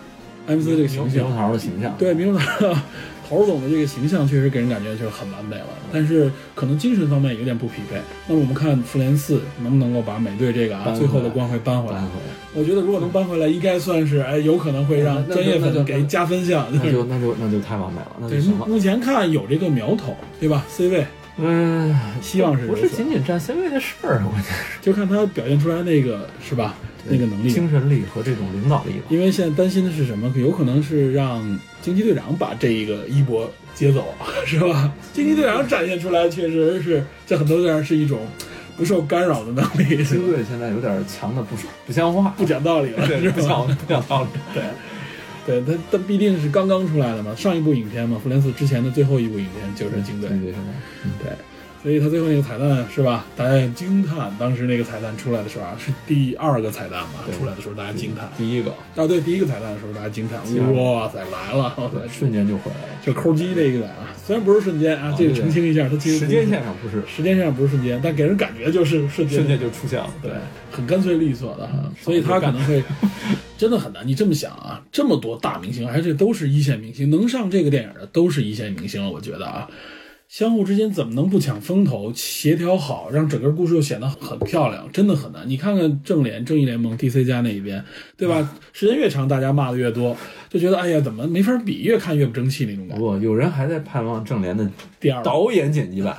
Speaker 1: 埃文斯这个
Speaker 2: 牛
Speaker 1: 形
Speaker 2: 牛
Speaker 1: 象，
Speaker 2: 桃的形象，
Speaker 1: 对，明白了。头总的这个形象确实给人感觉就是很完美了，但是可能精神方面有点不匹配。那么我们看复联四能不能够把美队这个
Speaker 2: 搬回
Speaker 1: 啊
Speaker 2: 来嗯
Speaker 1: 最后的光辉搬回
Speaker 2: 搬
Speaker 1: 来？
Speaker 2: 回来，
Speaker 1: 我觉得如果能搬回来，应该算是哎，有可能会让
Speaker 2: 嗯那那
Speaker 1: 专业
Speaker 2: 那就
Speaker 1: 粉给加分项。
Speaker 2: 那就那就那就太完美了，那就
Speaker 1: 对，
Speaker 2: 行了。
Speaker 1: 目前看有这个苗头，对吧？C 位
Speaker 2: 嗯，
Speaker 1: 希望是
Speaker 2: 不
Speaker 1: 如
Speaker 2: 是
Speaker 1: 此
Speaker 2: 仅仅站 C 位的事儿，我觉得是
Speaker 1: 就看他表现出来那个是吧？那个能力。
Speaker 2: 精神力和这种领导力吧。
Speaker 1: 因为现在担心的是什么？有可能是让惊奇队长把这一个衣钵接走，啊 是吧？惊奇队长展现出来确实是在很多地方是一种不受干扰的能 力，是
Speaker 2: 军
Speaker 1: 吧
Speaker 2: 队现在有点强的不不像话，
Speaker 1: 不讲道理了，是
Speaker 2: 对，不
Speaker 1: 吧？
Speaker 2: 讲不讲道理。
Speaker 1: 对，他他毕竟是刚刚出来的嘛，上一部影片嘛，复联四之前的最后一部影片就是惊队，
Speaker 2: 对对，
Speaker 1: 对，所以他最后那个彩蛋是吧？大家也惊叹，当时那个彩蛋出来的时候啊，是第二个彩蛋嘛，
Speaker 2: 对
Speaker 1: 出来的时候大家惊叹，
Speaker 2: 第一个，
Speaker 1: 啊，对，第一个彩蛋的时候大家惊叹
Speaker 2: 第二，个
Speaker 1: 哇塞，来了，哇塞
Speaker 2: 对，瞬间就回来了。
Speaker 1: 就抠机这一个啊，虽然不是瞬间啊，这个澄清一下，它其实
Speaker 2: 哦时间线上不是
Speaker 1: 时间线上不是瞬间，但给人感觉就是瞬间，
Speaker 2: 瞬间就嗯出现了，
Speaker 1: 对，很干脆利索的哈，所以他可能会 真的很难。你这么想啊，这么多大明星，而且都是一线明星，能上这个电影的都是一线明星了，我觉得啊。相互之间怎么能不抢风头？协调好，让整个故事又显得很漂亮，真的很难。你看看正联、正义联盟、DC 加那一边，对吧？时间越长，大家骂的越多，就觉得哎呀，怎么没法比？越看越不争气那种感
Speaker 2: 不
Speaker 1: 觉。
Speaker 2: 过有人还在盼望正联的
Speaker 1: 第二，
Speaker 2: 导演剪辑版，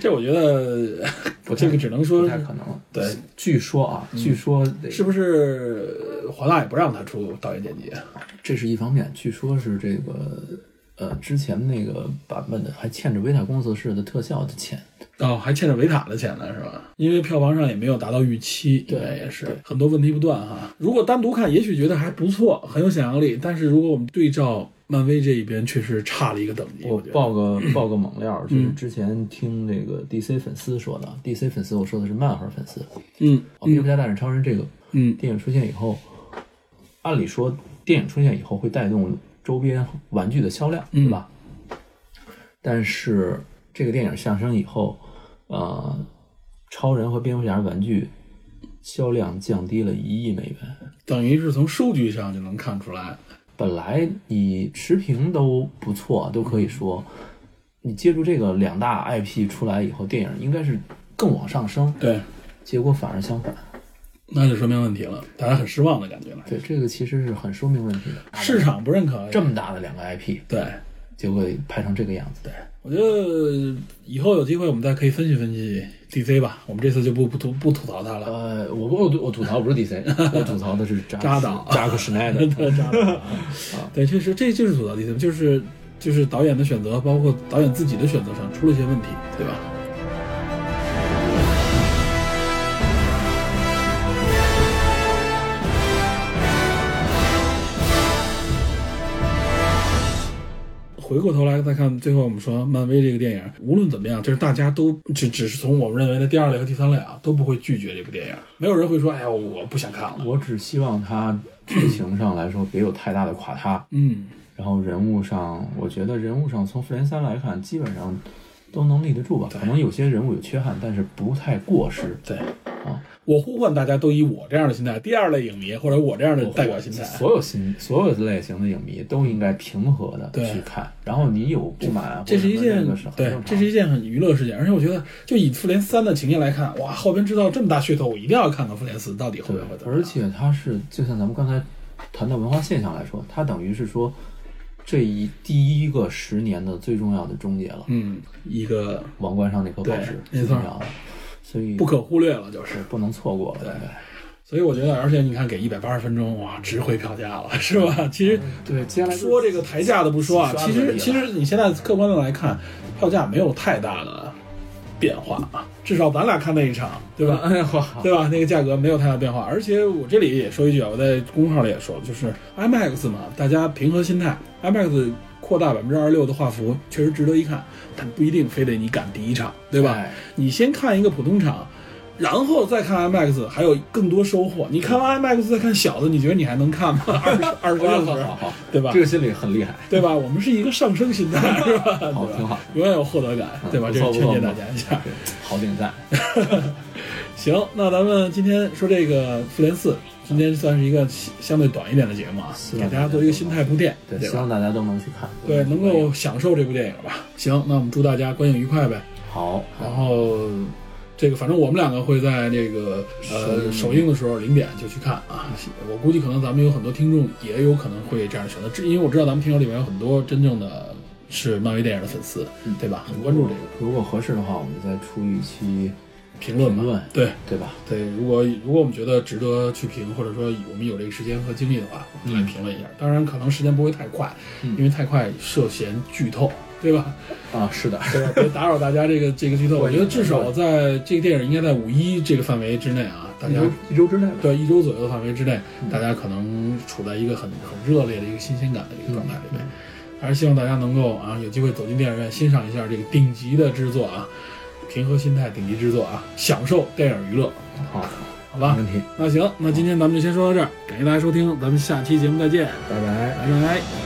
Speaker 1: 这我觉得，
Speaker 2: 不太
Speaker 1: 这个只能
Speaker 2: 不
Speaker 1: 说
Speaker 2: 太可能了。
Speaker 1: 对，嗯
Speaker 2: 据说啊，据说
Speaker 1: 是不是呃华纳也不让他出导演剪辑？啊
Speaker 2: 这是一方面，据说是这个呃之前那个版本的还欠着维塔公司式的特效的钱，
Speaker 1: 哦，还欠着维塔的钱呢，是吧？因为票房上也没有达到预期，
Speaker 2: 对
Speaker 1: 应该也是
Speaker 2: 对
Speaker 1: 很多问题不断哈。如果单独看，也许觉得还不错，很有想象力。但是如果我们对照漫威这一边，确实差了一个等级。
Speaker 2: 我
Speaker 1: 觉得，嗯
Speaker 2: 爆个爆个猛料，就是之前听这个 DC 粉丝说的，DC 粉丝我说的是漫画粉丝，
Speaker 1: 嗯
Speaker 2: 哦，蝙蝠侠大战超人这个
Speaker 1: 嗯，
Speaker 2: 电影出现以后，按理说电影出现以后会带动周边玩具的销量，对吧？但是这个电影上升以后，呃，超人和蝙蝠侠玩具销量降低了一亿美元。
Speaker 1: 等于是从数据上就能看出来，
Speaker 2: 本来你持平都不错，都可以说，你借助这个两大 IP 出来以后，电影应该是更往上升，
Speaker 1: 对，
Speaker 2: 结果反而相反。
Speaker 1: 那就说明问题了，大家很失望的感觉了。
Speaker 2: 对，这个其实是很说明问题的。
Speaker 1: 市场不认可，
Speaker 2: 这么大的两个 IP，
Speaker 1: 对。
Speaker 2: 结果拍成这个样子。对，
Speaker 1: 我觉得以后有机会我们再可以分析分析 DC 吧，我们这次就不不吐不吐槽它了。
Speaker 2: 呃，我我我吐槽不是 DC，我 吐槽的是扎
Speaker 1: 扎导
Speaker 2: 扎克施耐 德。
Speaker 1: 啊对，确实这就是吐槽 DC，就是就是导演的选择，包括导演自己的选择上出了一些问题，对吧？回过头来再看，最后我们说漫威这个电影，无论怎么样，就是大家都只只是从我们认为的第二类和第三类啊，都不会拒绝这部电影，没有人会说，哎呀，我不想看了。
Speaker 2: 我只希望他剧情上来说别有太大的垮塌，
Speaker 1: 嗯，
Speaker 2: 然后人物上，我觉得人物上从复联三来看，基本上都能立得住吧。可能有些人物有缺憾，但是不太过时。
Speaker 1: 对，啊，我呼唤大家都以我这样的心态，第二类影迷或者我这样的代表心态，
Speaker 2: 所有心所有类型的影迷都应该平和的
Speaker 1: 对
Speaker 2: 去看。然后你有不满，啊
Speaker 1: 这是一件
Speaker 2: 或者什么
Speaker 1: 对
Speaker 2: 那个是很正常，
Speaker 1: 这是一件很娱乐事件，而且我觉得，就以复联三的情节来看，哇，后边知道这么大噱头，我一定要看看复联四到底会不会怎么样
Speaker 2: 而且它是就像咱们刚才谈到文化现象来说，它等于是说这一第一个十年的最重要的终结了。
Speaker 1: 嗯，一个
Speaker 2: 王冠上那颗宝石最
Speaker 1: 对没错
Speaker 2: 重要的，所以
Speaker 1: 不可忽略了，就是
Speaker 2: 是。不能错过了。
Speaker 1: 对
Speaker 2: 应该
Speaker 1: 所以我觉得，而且你看，给一百八十分钟，哇，值回票价了，是吧？其实
Speaker 2: 对，接下来
Speaker 1: 说这个抬价的不说啊，
Speaker 2: 刷
Speaker 1: 其
Speaker 2: 嘴
Speaker 1: 实
Speaker 2: 里
Speaker 1: 其实你现在客观的来看，票价没有太大的变化啊，至少咱俩看那一场，对吧？
Speaker 2: 哎哇，
Speaker 1: 对吧？那个价格没有太大变化，而且我这里也说一句啊，我在公众号里也说了，就是 IMAX 嘛，大家平和心态，IMAX 扩大百分之二十六的画幅，确实值得一看，但不一定非得你赶第一场，对吧？
Speaker 2: 哎
Speaker 1: 你先看一个普通场，然后再看 IMAX，还有更多收获。你看完 IMAX 再看小的，你觉得你还能看吗？二十二十八
Speaker 2: 好
Speaker 1: 小时，
Speaker 2: 好好，
Speaker 1: 对吧
Speaker 2: 这？个心理很厉害，
Speaker 1: 对吧？我们是一个上升 心态，是吧？对
Speaker 2: 好，
Speaker 1: 吧
Speaker 2: 挺好，
Speaker 1: 永远有获得感，对吧？
Speaker 2: 嗯
Speaker 1: 这
Speaker 2: 不错
Speaker 1: 是劝诫
Speaker 2: 不错
Speaker 1: 大家一下。
Speaker 2: 对好点赞。
Speaker 1: 行，那咱们今天说这个复联四，今天算是一个相相对短一点的节目啊，
Speaker 2: 希
Speaker 1: 给
Speaker 2: 望
Speaker 1: 大家做一个心态铺垫，
Speaker 2: 对，
Speaker 1: 对
Speaker 2: 希
Speaker 1: 吧？
Speaker 2: 望大家都能去看，
Speaker 1: 对，能够享受这部电影吧。行，那我们祝大家观影愉快呗。
Speaker 2: 好，
Speaker 1: 然后，这个反正我们两个会在这个呃首映的时候零点就去看啊。我估计可能咱们有很多听众也有可能会这样选择，这因为我知道咱们听友里面有很多真正的是漫威电影的粉丝，对吧？很关注这个
Speaker 2: 如果合适的话，我们再出一期
Speaker 1: 评论吧，
Speaker 2: 评论
Speaker 1: 对。
Speaker 2: 对吧？
Speaker 1: 对，如果如果我们觉得值得去评，或者说我们有这个时间和精力的话，我们来评论一下。当然，可能时间不会太快，因为太快涉嫌剧透，对吧？
Speaker 2: 啊，是的，
Speaker 1: 对吧？别 打扰大家这个这个剧透。我觉得至少在这个电影应该在五一这个范围之内啊，大
Speaker 2: 一
Speaker 1: 家
Speaker 2: 周一周之内吧。
Speaker 1: 对一周左右的范围之内，大家可能处在一个很很热烈的一个新鲜感的一个状态里面。还是希望大家能够啊，有机会走进电影院欣赏一下这个顶级的制作啊，平和心态顶级制作啊，享受电影娱乐，
Speaker 2: 好，
Speaker 1: 好吧
Speaker 2: 没？问题，
Speaker 1: 那行，那今天咱们就先说到这儿，感谢大家收听，咱们下期节目再见，
Speaker 2: 拜拜。
Speaker 1: 拜拜。